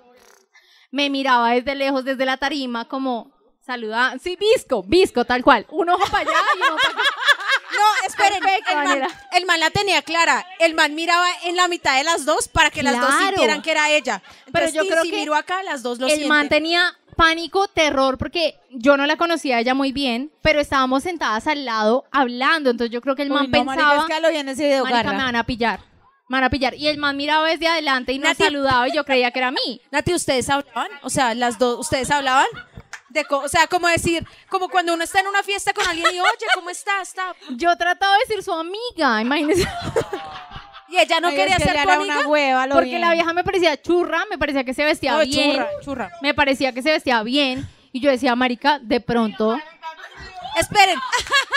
me miraba desde lejos, desde la tarima como saludaba, sí, visco, visco, tal cual, un ojo para allá y un ojo para acá. No, esperen. Perfecto, el, man, Daniela. el man la tenía clara. El man miraba en la mitad de las dos para que las dos Claro. sintieran que era ella. Pero Entonces, yo sí, creo si que miro acá, las dos lo el sienten. man tenía pánico, terror, porque yo no la conocía a ella muy bien, pero estábamos sentadas al lado hablando, entonces yo creo que el man pensaba, es que a lo bien ese dedo, "Marica, me ¿ah?" garra. van a pillar, me van a pillar, y el man miraba desde adelante y nos Nati- saludaba y yo creía que era mí. Nati, ¿ustedes hablaban? O sea, las dos, ¿ustedes hablaban? De co- o sea, como decir, como cuando uno está en una fiesta con alguien y, oye, ¿cómo está? Está- Yo trataba de ser su amiga, imagínense, Y ella no Ay, quería es que ser ella tu era amiga. una hueva, lo porque bien. la vieja me parecía churra, me parecía que se vestía No, bien, churra, churra. me parecía que se vestía bien, y yo decía, marica, de pronto Esperen.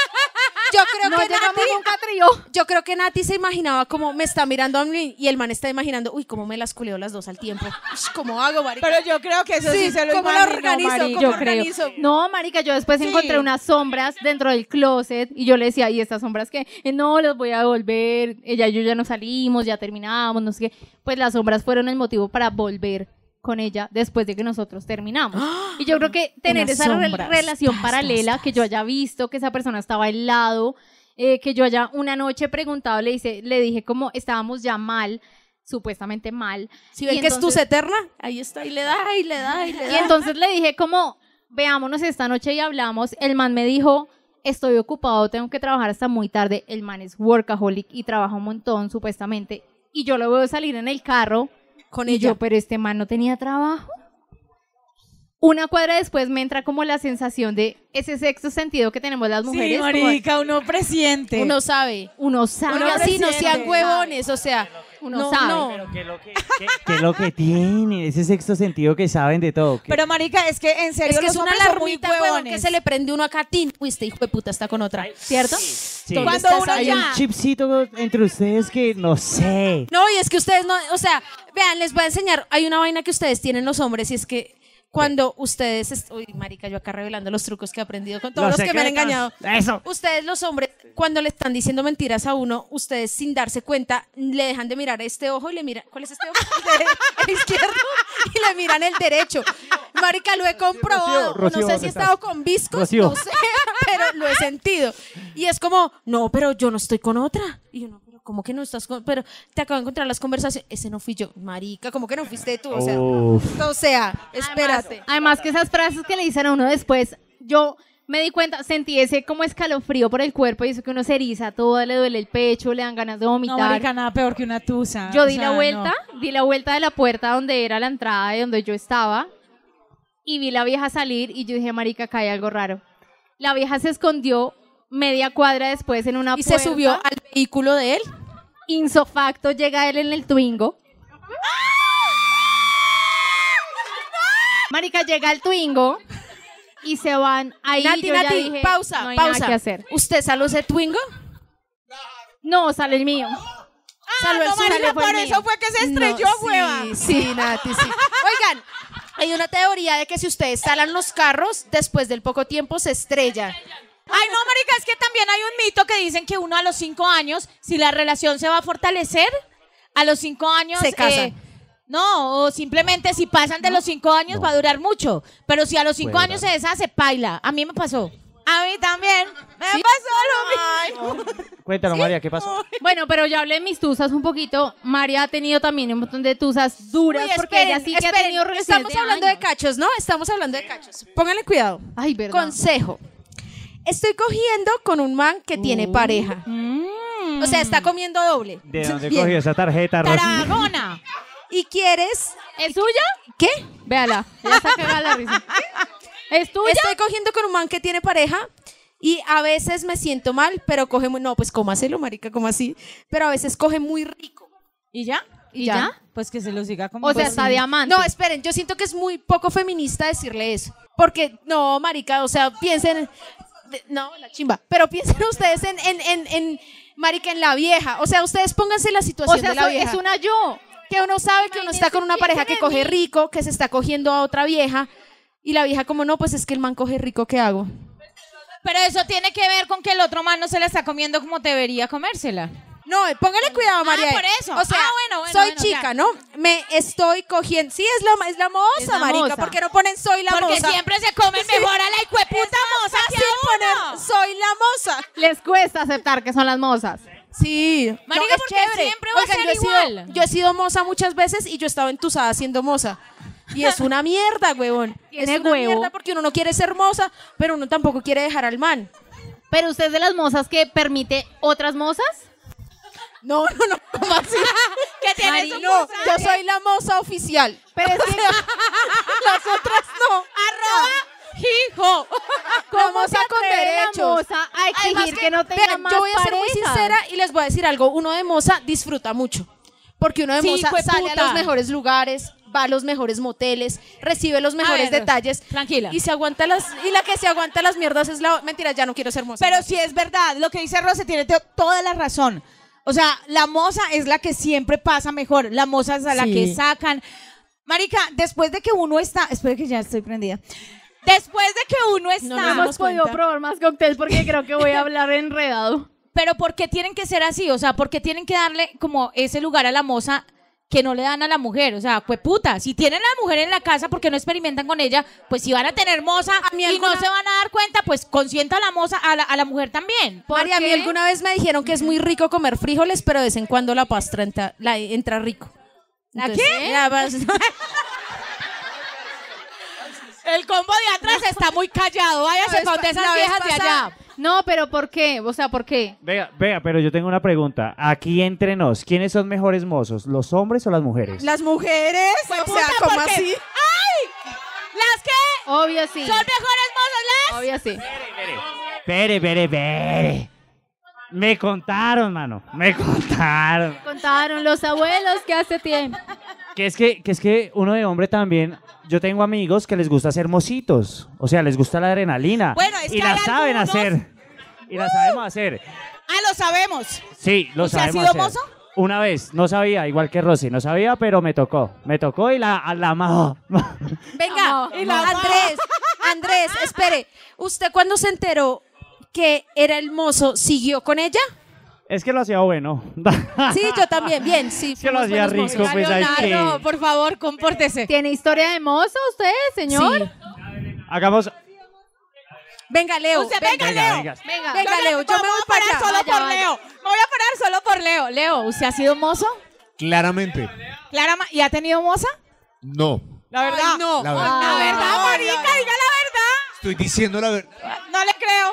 Yo creo no que llegamos Nati... nunca a trío. Yo creo que Nati se imaginaba como me está mirando a mí y el man está imaginando, uy, cómo me las culeo las dos al tiempo. Ush, ¿Cómo hago, marica? Pero yo creo que eso sí, Sí, se lo ¿cómo la imaginó, organizo? marica. ¿Cómo yo organizo? creo. No, marica, yo después Sí. encontré unas sombras dentro del closet y yo le decía, ¿y estas sombras qué? Eh, No, las voy a devolver. Ella y yo ya no salimos, ya terminamos, no sé qué. Pues las sombras fueron el motivo para volver con ella después de que nosotros terminamos. Y yo creo que tener Unas esa rel- sombras. relación Tas, tas, paralela, que yo haya visto que esa persona estaba al lado, eh, que yo haya una noche preguntado, le, hice, le dije como estábamos ya mal, supuestamente mal. Si y ven que es tu entonces- eterna, ahí está, y le da, y le da, y le da. y entonces le dije como, veámonos esta noche y hablamos. El man me dijo, estoy ocupado, tengo que trabajar hasta muy tarde. El man es workaholic y trabaja un montón, supuestamente. Y yo lo veo salir en el carro. Con y ella. yo, pero este man no tenía trabajo. Una cuadra después me entra como la sensación de ese sexto sentido que tenemos las mujeres. Sí, como de, marica, uno presiente. Uno sabe. uno sabe. y así no sean sabe. huevones, o sea, Uno no, sabe. no. Pero que lo que, que- que lo que tiene, ese sexto sentido que saben de todo. que- Pero marica, es que en serio Es que los es una hombres son muy alarmita, huevón, que huevones. se le prende uno acá, tin. Uy, este hijo de puta está con otra. ¿Cierto? Sí. ¿Dónde Cuando estás uno ahí? Hay un ya- chipcito entre ustedes que no sé. No, y es que ustedes no, o sea, vean, les voy a enseñar, hay una vaina que ustedes tienen los hombres y es que cuando ustedes, est- uy, marica, yo acá revelando los trucos que he aprendido con todos los, que me han secretos. engañado. Eso. Ustedes los hombres, cuando le están diciendo mentiras a uno, ustedes sin darse cuenta le dejan de mirar a este ojo y le miran, ¿cuál es este ojo? el izquierdo y le miran el derecho. Marica, lo he comprobado. Rocío, Rocío, no sé si ¿dónde he estás? estado con viscos, Rocío. no sé, pero lo he sentido. Y es como, no, pero yo no estoy con otra. Y uno, pero ¿cómo que no estás con? Pero te acabo de encontrar las conversaciones. Ese no fui yo, marica, ¿cómo que no fuiste tú? Uh, O sea, Uf. o sea, Además- espérate. Además, que esas frases que le dicen a uno después yo me di cuenta, sentí ese como escalofrío por el cuerpo y eso que uno se eriza todo, le duele el pecho, le dan ganas de No, vomitar. marica, nada peor que una tusa. Yo o di sea, la no. vuelta, di la vuelta de la puerta donde era la entrada de donde yo estaba y vi la vieja salir y yo dije, marica, acá hay algo raro. La vieja se escondió media cuadra después en una Y se puerta. subió al vehículo de él. Insofacto llega él en el Twingo. Marica llega el Twingo y se van ahí. Nati, yo ya Nati, dije, pausa, no hay pausa. Nada que hacer. ¿Usted salió ese Twingo? No, sale el mío. Ah, Salud, no, salud, marica, fue el por mío. eso fue que se estrelló, No, sí, hueva. Sí, Nati, sí. Oigan, hay una teoría de que si ustedes salan los carros, después del poco tiempo se estrellan. Ay, no, marica, es que también hay un mito que dicen que uno a los cinco años, si la relación se va a fortalecer, a los cinco años... eh, Se casan. no, o simplemente si pasan de los cinco años va a durar mucho, pero si a los cinco Puede años durar. se deshace, paila. A mí me pasó. A mí también. Me Ah, pasó lo mismo. Cuéntanos, María, ¿qué pasó? Bueno, pero ya hablé de mis tusas un poquito. María ha tenido también un montón de tusas duras Uy, porque ella esperen, sí que ha esperen. tenido relaciones Estamos hablando de años. cachos, ¿no? Estamos hablando de cachos. Pónganle cuidado. Ay, verdad. Consejo. Estoy cogiendo con un man que tiene pareja. Mm. O sea, está comiendo doble. ¿De dónde Bien. cogió esa tarjeta, Rosy? Tarragona. Y quieres... ¿Es suya? ¿Qué? Véala. Ya está cagada la risa. ¿Es tuya? Estoy cogiendo con un man que tiene pareja y a veces me siento mal, pero coge muy... No, pues cómaselo, marica, como así. Pero a veces coge muy rico. ¿Y ya? ¿Y ya? Pues que se lo siga como... O sea, Pues está sí. diamante. No, esperen, yo siento que es muy poco feminista decirle eso. Porque, no, marica, o sea, piensen. de- No, la chimba. Pero piensen ustedes en, en, en, en, marica, en la vieja. O sea, ustedes pónganse en la o situación sea, de la soy- vieja. es una yo. Que uno sabe que uno está con una pareja que coge rico, que se está cogiendo a otra vieja. Y la vieja, como no, pues es que el man coge rico, ¿qué hago? Pero eso tiene que ver con que el otro man no se la está comiendo como debería comérsela. No, póngale cuidado, María. por eso. O sea, Ah, bueno, bueno, soy bueno, chica, ya. ¿no? Me estoy cogiendo. Sí, es la, es la moza, Es la marica. moza. ¿Por qué no ponen soy la Porque moza? siempre se comen Sí. mejor a la hijueputa moza que sin a poner uno. soy la moza. Les cuesta aceptar que son las mozas. Sí. Marica, porque siempre va a ser yo he sido- igual. yo he sido moza muchas veces y yo estaba entusada siendo moza. Y es una mierda, huevón. Tiene es una huevo. mierda porque uno no quiere ser moza, pero uno tampoco quiere dejar al man. Pero usted es de las mozas que permite otras mozas. No, no, no. ¿Cómo así? Que tiene Mari, su No, moza. yo soy la moza oficial. Pero es que Las otras no. Arroba hijo. La ¿cómo se moza con atreve la derechos. moza a exigir que, no tenga vean, más Yo voy a ser muy parejas? sincera y les voy a decir algo. Uno de moza disfruta mucho. Porque uno de Sí, moza hijueputa. sale a los mejores lugares, va a los mejores moteles, recibe los mejores ver, detalles. tranquila. Y se aguanta las. Y la que se aguanta las mierdas es la. Mentira, ya no quiero ser moza. Pero sí es verdad, lo que dice Rose tiene to- toda la razón. O sea, la moza es la que siempre pasa mejor. La moza es a la Sí. que sacan. Marica, después de que uno está... Espero que ya estoy prendida. Después de que uno está... nos damos hemos podido cuenta. probar más cóctel porque creo que voy a hablar enredado. Pero ¿por qué tienen que ser así? O sea, ¿por qué tienen que darle como ese lugar a la moza que no le dan a la mujer? O sea, pues puta, si tienen a la mujer en la casa porque no experimentan con ella, pues si van a tener moza A mí y alguna- no se van a dar cuenta, pues consienta a la moza, a la, a la mujer también. María, a mí alguna vez me dijeron que es muy rico comer frijoles, pero de vez en cuando la pasta entra, la, entra rico. ¿La qué? La pasta. El combo de atrás está muy callado, váyase pa- con esas la vez viejas de pasada- allá. No, pero ¿por qué? O sea, ¿por qué? Vea, vea, pero yo tengo una pregunta. Aquí entre nos, ¿quiénes son mejores mozos, los hombres o las mujeres? Las mujeres, o Puta, sea, como porque- así. ¡Ay! Las que Obvio sí. son mejores mozas, las... Obvio sí. Pere, pere, pere. Me contaron, mano. Me contaron. Contaron los abuelos que hace tiempo. Que es que, que es que uno de hombre también. Yo tengo amigos que les gusta ser mocitos. O sea, les gusta la adrenalina. Bueno, es y que la hay saben algunos- hacer. Y la sabemos hacer. Ah, lo sabemos. Sí, lo ¿Usted ha sabemos sido hacer. mozo? Una vez, no sabía, igual que Rosy, no sabía, pero me tocó. Me tocó y la, la amaba. Venga, Amor. Andrés, Andrés, espere. ¿Usted cuando se enteró que era el mozo, siguió con ella? Es que lo hacía bueno. Sí, yo también. Bien, sí. Que lo fuimos hacía buenos rico, mozos. pues ahí Leonardo, que... por favor, compórtese. ¿Tiene historia de mozo usted, señor? Sí. Hagamos... Venga, Leo. Usted, venga. venga, Leo. venga. Venga. Venga, Yo Leo, yo me voy para allá. parar solo Vaya, por vaya. Leo. Me voy a parar solo por Leo. Leo, ¿usted ha sido mozo? Claramente, Clara, Ma- ¿y ha tenido moza? no. La verdad. no. La verdad. Ah, La verdad, marica, diga la verdad. Estoy diciendo la verdad. No le creo.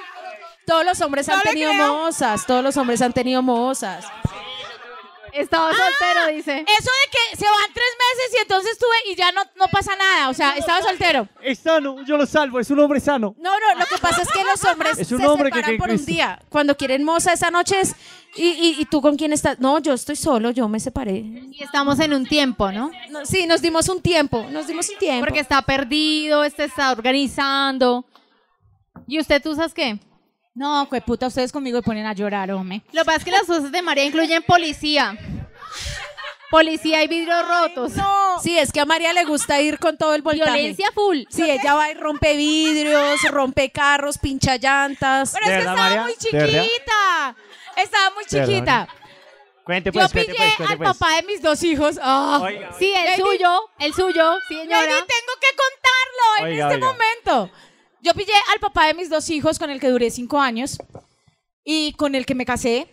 Todos los hombres No han le tenido creo. mozas, todos los hombres han tenido mozas. Estaba soltero, dice. Eso de que se van tres meses y entonces tuve y ya no, no pasa nada, o sea, estaba soltero. Es sano, yo lo salvo, es un hombre sano. No, no, lo que pasa es que los hombres Es un se hombre que separan cree por en un Cristo. día. Cuando quieren moza esa noche es, y, y- y tú con quién estás? No, yo estoy solo, yo me separé. Y estamos en un tiempo, ¿no? No, sí, nos dimos un tiempo, nos dimos un tiempo. Porque está perdido, este está organizando. ¿Y usted, tú sabes qué? No, que puta, ustedes conmigo me ponen a llorar, hombre. Lo que pasa es que las cosas de María incluyen policía. Policía y vidrios rotos. No. Sí, es que a María le gusta ir con todo el voltaje. Violencia full. Sí, ella va y rompe vidrios, rompe carros, pincha llantas. Pero es que ¿De verdad, estaba María? muy ¿De verdad? chiquita. Estaba muy ¿De verdad, chiquita. Cuente Yo pues, cuente pillé pues, cuente al pues. papá de mis dos hijos. Ah. Oiga, oiga. Sí, el Lady- suyo, el suyo, sí, Lady, señora. tengo que contarlo en Oiga, este oiga. momento. Yo pillé al papá de mis dos hijos con el que duré cinco años y con el que me casé.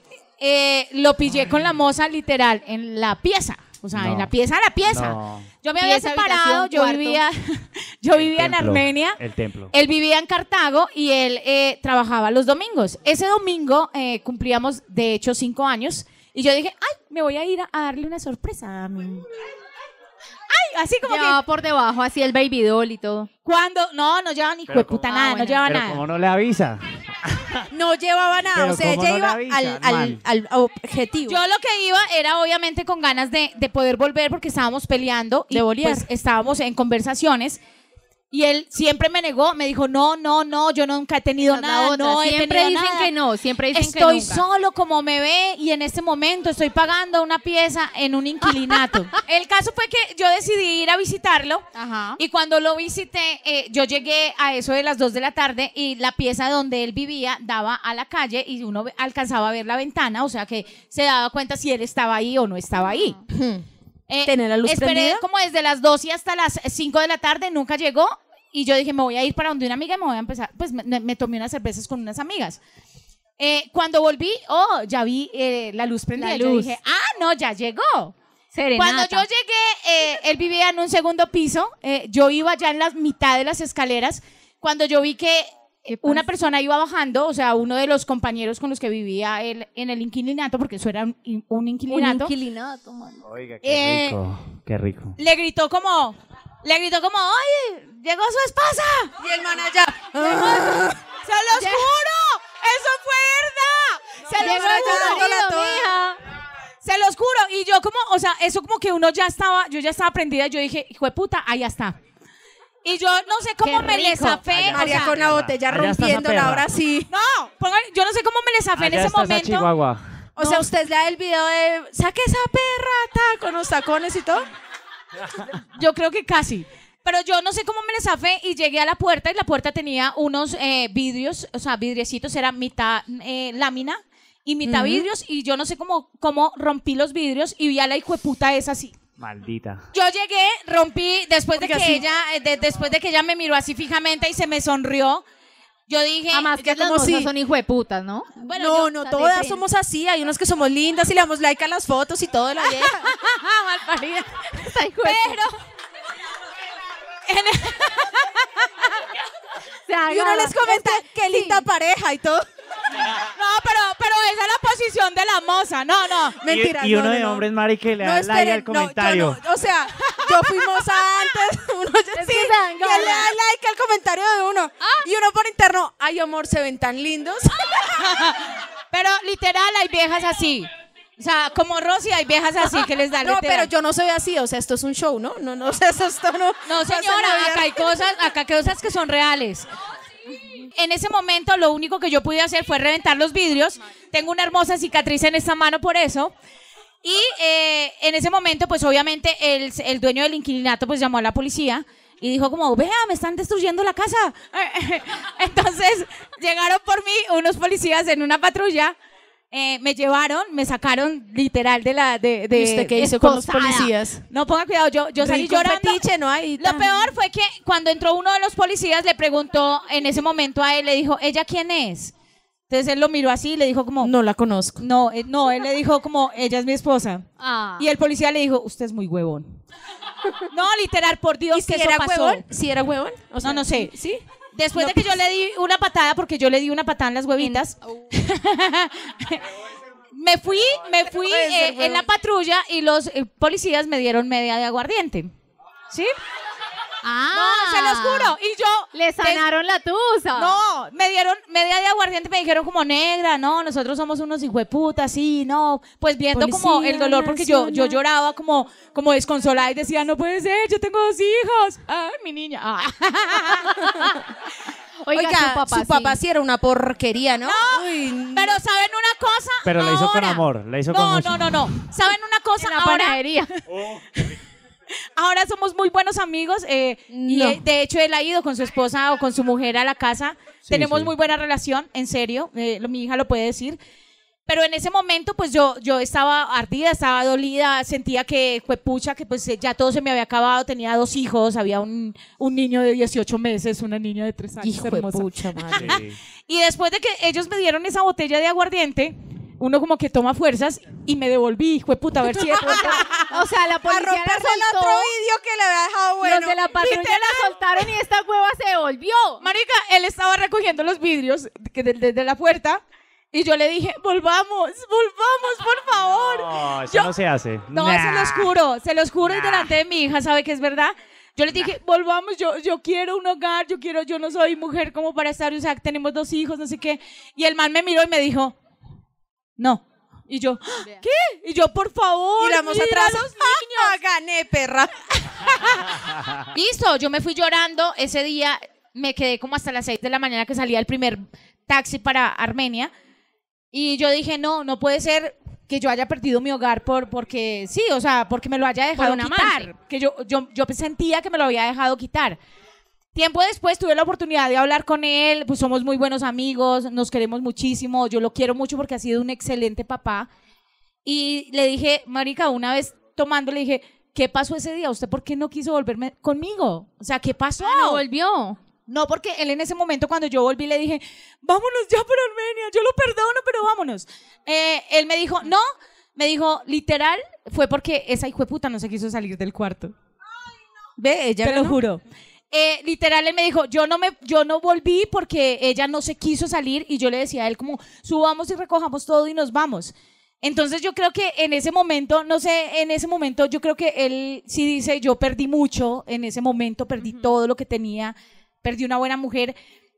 Eh, lo pillé con la moza literal en la pieza. O sea, No. en la pieza, la pieza. No. Yo me había Pieza, separado, habitación, yo cuarto. vivía, yo vivía en Templo, Armenia. El templo. Él vivía en Cartago y él eh, trabajaba los domingos. Ese domingo eh, cumplíamos, de hecho, cinco años. Y yo dije, ay, me voy a ir a, a darle una sorpresa a mi... Ay, así como Llevaba que por debajo, así el baby doll y todo. cuando... No, no lleva ni Pero hueputa como- nada, Ah, no bueno. lleva Pero nada. como no le avisa. No llevaba nada, Pero o sea, ¿cómo ella no iba la al, avisan, al, man? al objetivo. Yo lo que iba era obviamente con ganas de, de poder volver porque estábamos peleando y De bolear. pues, estábamos en conversaciones. Y él siempre me negó, me dijo, no, no, no, yo nunca he tenido Esa es la nada, otra. no he siempre tenido dicen nada". que no, siempre dicen que Estoy nunca. solo como me ve y en este momento estoy pagando una pieza en un inquilinato. El caso fue que yo decidí ir a visitarlo Ajá. y cuando lo visité, eh, yo llegué a eso de las 2 de la tarde y la pieza donde él vivía daba a la calle y uno ve- alcanzaba a ver la ventana, o sea que se daba cuenta si él estaba ahí o no estaba ahí. Eh, ¿Tenía la luz esperé prendida? como desde las 2 y hasta las 5 de la tarde, nunca llegó. Y yo dije, me voy a ir para donde una amiga y me voy a empezar. Pues me- me- me tomé unas cervezas con unas amigas. Eh, cuando volví, oh, ya vi eh, la luz prendida. La Yo luz. dije, ah, no, ya llegó. Serenata. Cuando yo llegué, eh, él vivía en un segundo piso. eh, yo iba ya en la mitad de las escaleras. Cuando yo vi que ¿Qué pasa? una persona iba bajando, o sea, uno de los compañeros con los que vivía él en el inquilinato, porque eso era un, in- un inquilinato, inquilinato, mano. Oiga, Eh, qué rico. Qué rico. le gritó como, le gritó como, oye, llegó su esposa. Y el man allá. ¡Se los juro! ¡Eso fue verdad! ¡Se los Llegó el juro! marido, mija. Se los juro. Y yo como, o sea, eso como que uno ya estaba, yo ya estaba prendida. Yo dije, hijo de puta, allá está. Y yo no sé cómo Qué me le rico. zafé. o María sea, con la botella Allá está esa rompiéndola, perra. ahora sí. No, pongan- yo no sé cómo me le zafé en Allá ese está esa momento. Chihuahua. O sea, usted le da el video de saque esa perra, ta, con los tacones y todo. Yo creo que casi. Pero yo no sé cómo me le zafé y llegué a la puerta y la puerta tenía unos eh, vidrios, o sea, vidriecitos, era mitad eh, lámina y mitad vidrios y yo no sé cómo, cómo rompí los vidrios y vi a la hijo de puta esa así. Maldita. Yo llegué, rompí, después de que Porque así- ella, eh, de- después de que ella me miró así fijamente y se me sonrió, yo dije, Además que Ya Eh, las Ah, como mozas si- son hijo de putas, ¿no? bueno, no, yo- no, de todas frente. somos así. Hay unas que somos lindas y le damos like a las fotos y todo de la vieja. Malparida. pero Y uno les comenta, qué linda pareja y todo. no, pero, pero esa es la posición de la moza, no, no. Mentira. y, y no, uno no, de no. hombres, Mari, que le da no, like al esperen, no, yo comentario. no, o sea, yo fuimos antes, uno ya Es que sí, se dan que le da like al comentario de uno. Ah. Y uno por interno, ay amor, se ven tan lindos. Pero literal hay viejas así. O sea, como Rosy hay viejas así que les da no, literal. pero yo no soy así, o sea, esto es un show, ¿no? No, no, o sea, esto, esto no. No, pasa en la señora, vida acá hay cosas, acá hay cosas que son reales. En ese momento lo único que yo pude hacer fue reventar los vidrios. Tengo una hermosa cicatriz en esta mano por eso. Y eh, en ese momento, pues obviamente el, el dueño del inquilinato pues llamó a la policía y dijo como, vea, me están destruyendo la casa. Entonces llegaron por mí unos policías en una patrulla, eh, me llevaron, me sacaron literal de la... De, de ¿Y usted qué hizo con los esposada. policías? No, ponga cuidado, yo, yo salí Rico llorando. fetiche, ¿no? Ahí Lo tan- peor fue que cuando entró uno de los policías le preguntó en ese momento a él, le dijo, ¿ella quién es? Entonces él lo miró así y le dijo como, no, No la conozco. no, eh, no, él le dijo como, ella es mi esposa. Ah. Y el policía le dijo, usted es muy huevón. no, literal, por Dios, ¿Y si que eso era pasó. huevón? ¿Si era huevón? O sea, no, no sé. ¿Sí? pues. Después de que yo le di una patada, porque yo le di una patada en las huevitas, Oh. me fui, me fui eh, en la patrulla y los eh, policías me dieron media de aguardiente. ¿Sí? Ah, No, se los juro. Y yo... Le sanaron la tusa. No, me dieron media de aguardiente, me dijeron como negra, no, nosotros somos unos hijueputas, sí, no. Pues viendo como el dolor, porque yo, yo lloraba como, como desconsolada y decía, no puede ser, yo tengo dos hijos. Ay, mi niña. Ah. Oiga, su papá sí. era una porquería, ¿no? Uy, Pero ¿saben una cosa? Pero la hizo con Ahora- amor, la hizo no, con mucho No, no, no, ¿Saben una cosa? En la Ahora, panadería. ahora somos muy buenos amigos. eh, Y eh, de hecho, él ha ido con su esposa o con su mujer a la casa. Tenemos sí. muy buena relación, en serio. eh, lo- mi hija lo puede decir. Pero en ese momento, pues yo, yo estaba ardida, estaba dolida, sentía que fue pucha, que pues eh, ya todo se me había acabado, tenía dos hijos, había un, un niño de 18 meses, una niña de 3 años. hijo de hermosa. pucha, madre. Sí. Y después de que ellos me dieron esa botella de aguardiente, uno como que toma fuerzas y me devolví, hijo de puta, a ver si de pronto- O sea, la A policía la romperse el otro soltó. vídeo que le había dejado bueno. los de la patrulla la soltaron y esta hueva se volvió. Marica, él estaba recogiendo los vidrios que de, de- de la puerta y yo le dije, volvamos, volvamos, por favor. No, eso Yo- no se hace. No, se los juro, se los juro y delante de mi hija sabe que es verdad. Yo le dije, volvamos, yo, yo quiero un hogar, yo quiero, yo no soy mujer como para estar, o sea, tenemos dos hijos, no sé qué. Y el man me miró y me dijo, no. Y yo, ¿qué? Y yo, por favor, Y la moza mira atrás. los "Ah, gané, perra. Listo, yo me fui llorando ese día, me quedé como hasta las 6 de la mañana que salía el primer taxi para Armenia y yo dije, no, no puede ser que yo haya perdido mi hogar por porque sí, o sea, porque me lo haya dejado un quitar, amante. que yo, yo yo sentía que me lo había dejado quitar. Tiempo después tuve la oportunidad de hablar con él, pues somos muy buenos amigos, nos queremos muchísimo, yo lo quiero mucho porque ha sido un excelente papá. Y le dije, Marica, una vez tomando, le dije, ¿qué pasó ese día? ¿Usted por qué no quiso volverme conmigo? O sea, ¿qué pasó? No volvió. No, porque él en ese momento cuando yo volví le dije, vámonos ya por Armenia, yo lo perdono, pero vámonos. Eh, él me dijo, no, me dijo, literal, fue porque esa hijueputa no se quiso salir del cuarto. Ve, ella Te lo ganó. juro. Eh, literal, él me dijo, yo no, me, yo no volví porque ella no se quiso salir y yo le decía a él como, subamos y recojamos todo y nos vamos. Entonces yo creo que en ese momento, no sé, en ese momento yo creo que él sí dice, yo perdí mucho, en ese momento perdí todo lo que tenía, perdí una buena mujer,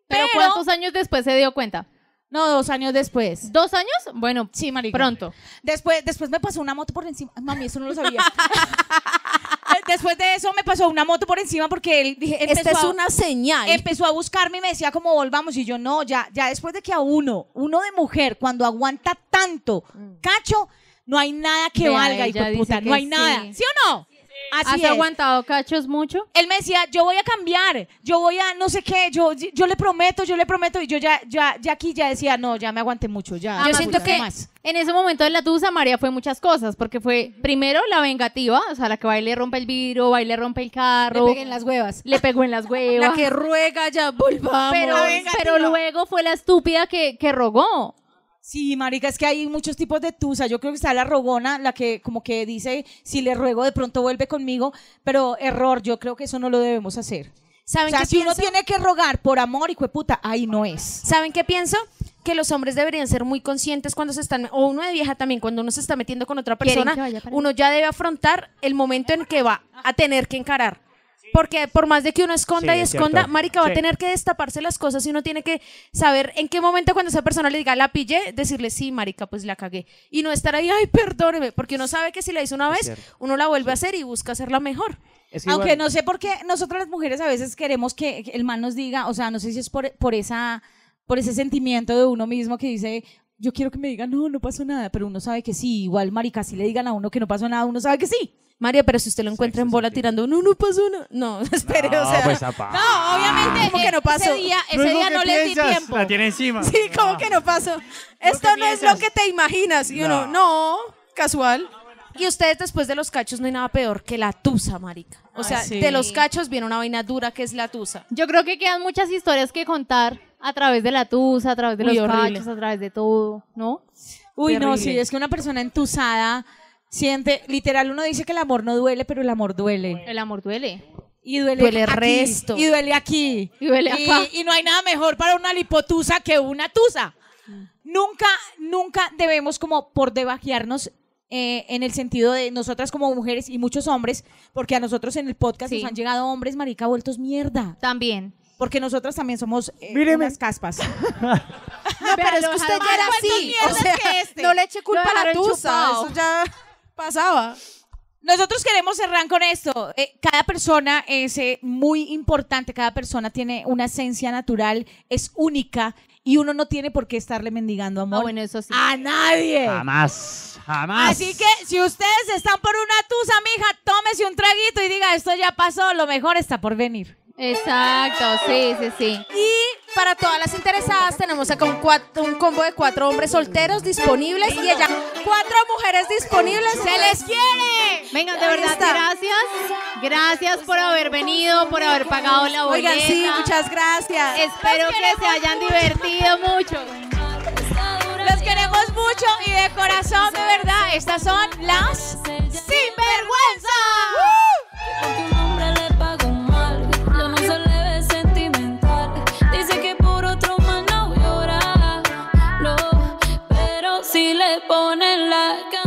Pero, pero, ¿cuántos años después se dio cuenta? no, dos años después. ¿Dos años? Bueno, Sí, marica. pronto. Después, después me pasó una moto por encima. Ay, mami, eso no lo sabía. Eh, después de eso me pasó una moto por encima porque él dije, Esta empezó es a- una señal. Empezó a buscarme y me decía como volvamos y yo no, ya, ya después de que a uno, uno de mujer, cuando aguanta tanto, cacho, no hay nada que Mm. Vea, valga, hijo ella de dice puta, que no hay sí. nada, ¿sí o no? ¿Has Así es. aguantado cachos mucho? Él me decía, yo voy a cambiar, yo voy a no sé qué, yo, yo le prometo, yo le prometo y yo ya, ya, ya aquí ya decía, no, ya me aguanté mucho, ya. Yo más, siento ya, que más". en ese momento de la tusa María fue muchas cosas, porque fue primero la vengativa, o sea, la que va y le rompe el vidrio, va y le rompe el carro, en las huevas. le pegó en las huevas. La que ruega ya, volvamos. pero, pero luego fue la estúpida que, que rogó. Sí, marica, es que hay muchos tipos de tusa. Yo creo que está la rogona, la que como que dice, si le ruego de pronto vuelve conmigo, pero error, yo creo que eso no lo debemos hacer. O ¿Saben sea, qué si uno pienso? tiene que rogar por amor, hijo de puta, ahí no es. ¿Saben qué pienso? Que los hombres deberían ser muy conscientes cuando se están, o uno de vieja también, cuando uno se está metiendo con otra ¿Quieren que persona, vaya para uno ya debe afrontar el momento en que va a tener que encarar. Porque por más de que uno esconda Sí, y es esconda, cierto. Marica va Sí. a tener que destaparse las cosas y uno tiene que saber en qué momento cuando esa persona le diga la pillé, decirle sí, Marica, pues la cagué. Y no estar ahí, ay, perdóneme, porque uno sabe que si la hizo una vez, cierto. uno la vuelve a hacer y busca hacerla mejor. Es Aunque igual- no sé por qué nosotras las mujeres a veces queremos que que el man nos diga, o sea, no sé si es por, por, esa, por ese sentimiento de uno mismo que dice, yo quiero que me digan, no, no pasó nada, pero uno sabe que sí, igual, marica, si le digan a uno que no pasó nada, uno sabe que sí. María, pero si usted lo encuentra en bola tirando, no, no pasó nada. No, espere, o No, sea. pues, apá. No, obviamente, ¿Cómo que no pasó? ese día, ese día no les di tiempo. La tiene encima. Sí, ¿cómo que no pasó? Esto no es lo que te imaginas. Y uno, no, casual. Y ustedes después de los cachos no hay nada peor que la tusa, marica. O sea, sí. de los cachos viene una vaina dura que es la tusa. Yo creo que quedan muchas historias que contar a través de la tusa, a través de Muy los horrible. cachos, a través de todo, ¿no? Uy, no, Terrible. sí, es que una persona entusada siente, literal, uno dice que el amor no duele, pero el amor duele. El amor duele. Y duele, Duele aquí, resto. Y duele aquí. Y duele acá. y no hay nada mejor para una lipotusa que una tusa. Nunca, nunca debemos como por debajearnos eh, en el sentido de nosotras como mujeres y muchos hombres, porque a nosotros en el podcast Sí. nos han llegado hombres, marica, vueltos mierda. También. Porque nosotras también somos eh, Míreme. unas caspas. pero es que usted ya era Más vueltos así. O mierdas sea, que este. Ah, no le eche Culpa culpa a la tusa. Eso ya pasaba. Nosotros queremos cerrar con esto. Eh, cada persona es eh, muy importante, cada persona tiene una esencia natural, es única y uno no tiene por qué estarle mendigando amor Ah, bueno, eso sí. a nadie. Jamás, jamás. Así que si ustedes están por una tusa, mija, tómese un traguito y diga, esto ya pasó, lo mejor está por venir. Exacto, sí, sí, sí. Y para todas las interesadas tenemos acá un, cuat- un combo de cuatro hombres solteros disponibles y ella cuatro mujeres disponibles. Se les quiere. Venga, de Ahí verdad, está. gracias. Gracias por haber venido, por haber pagado la boleta. Oigan, sí, muchas gracias. Espero que se hayan divertido mucho. Los queremos mucho y de corazón, de verdad, estas son las sinvergüenza. Porque un hombre le pagó mal, ya no se le ve sentimental. Dice que por otro mal no llora, no. Pero si le ponen la cara.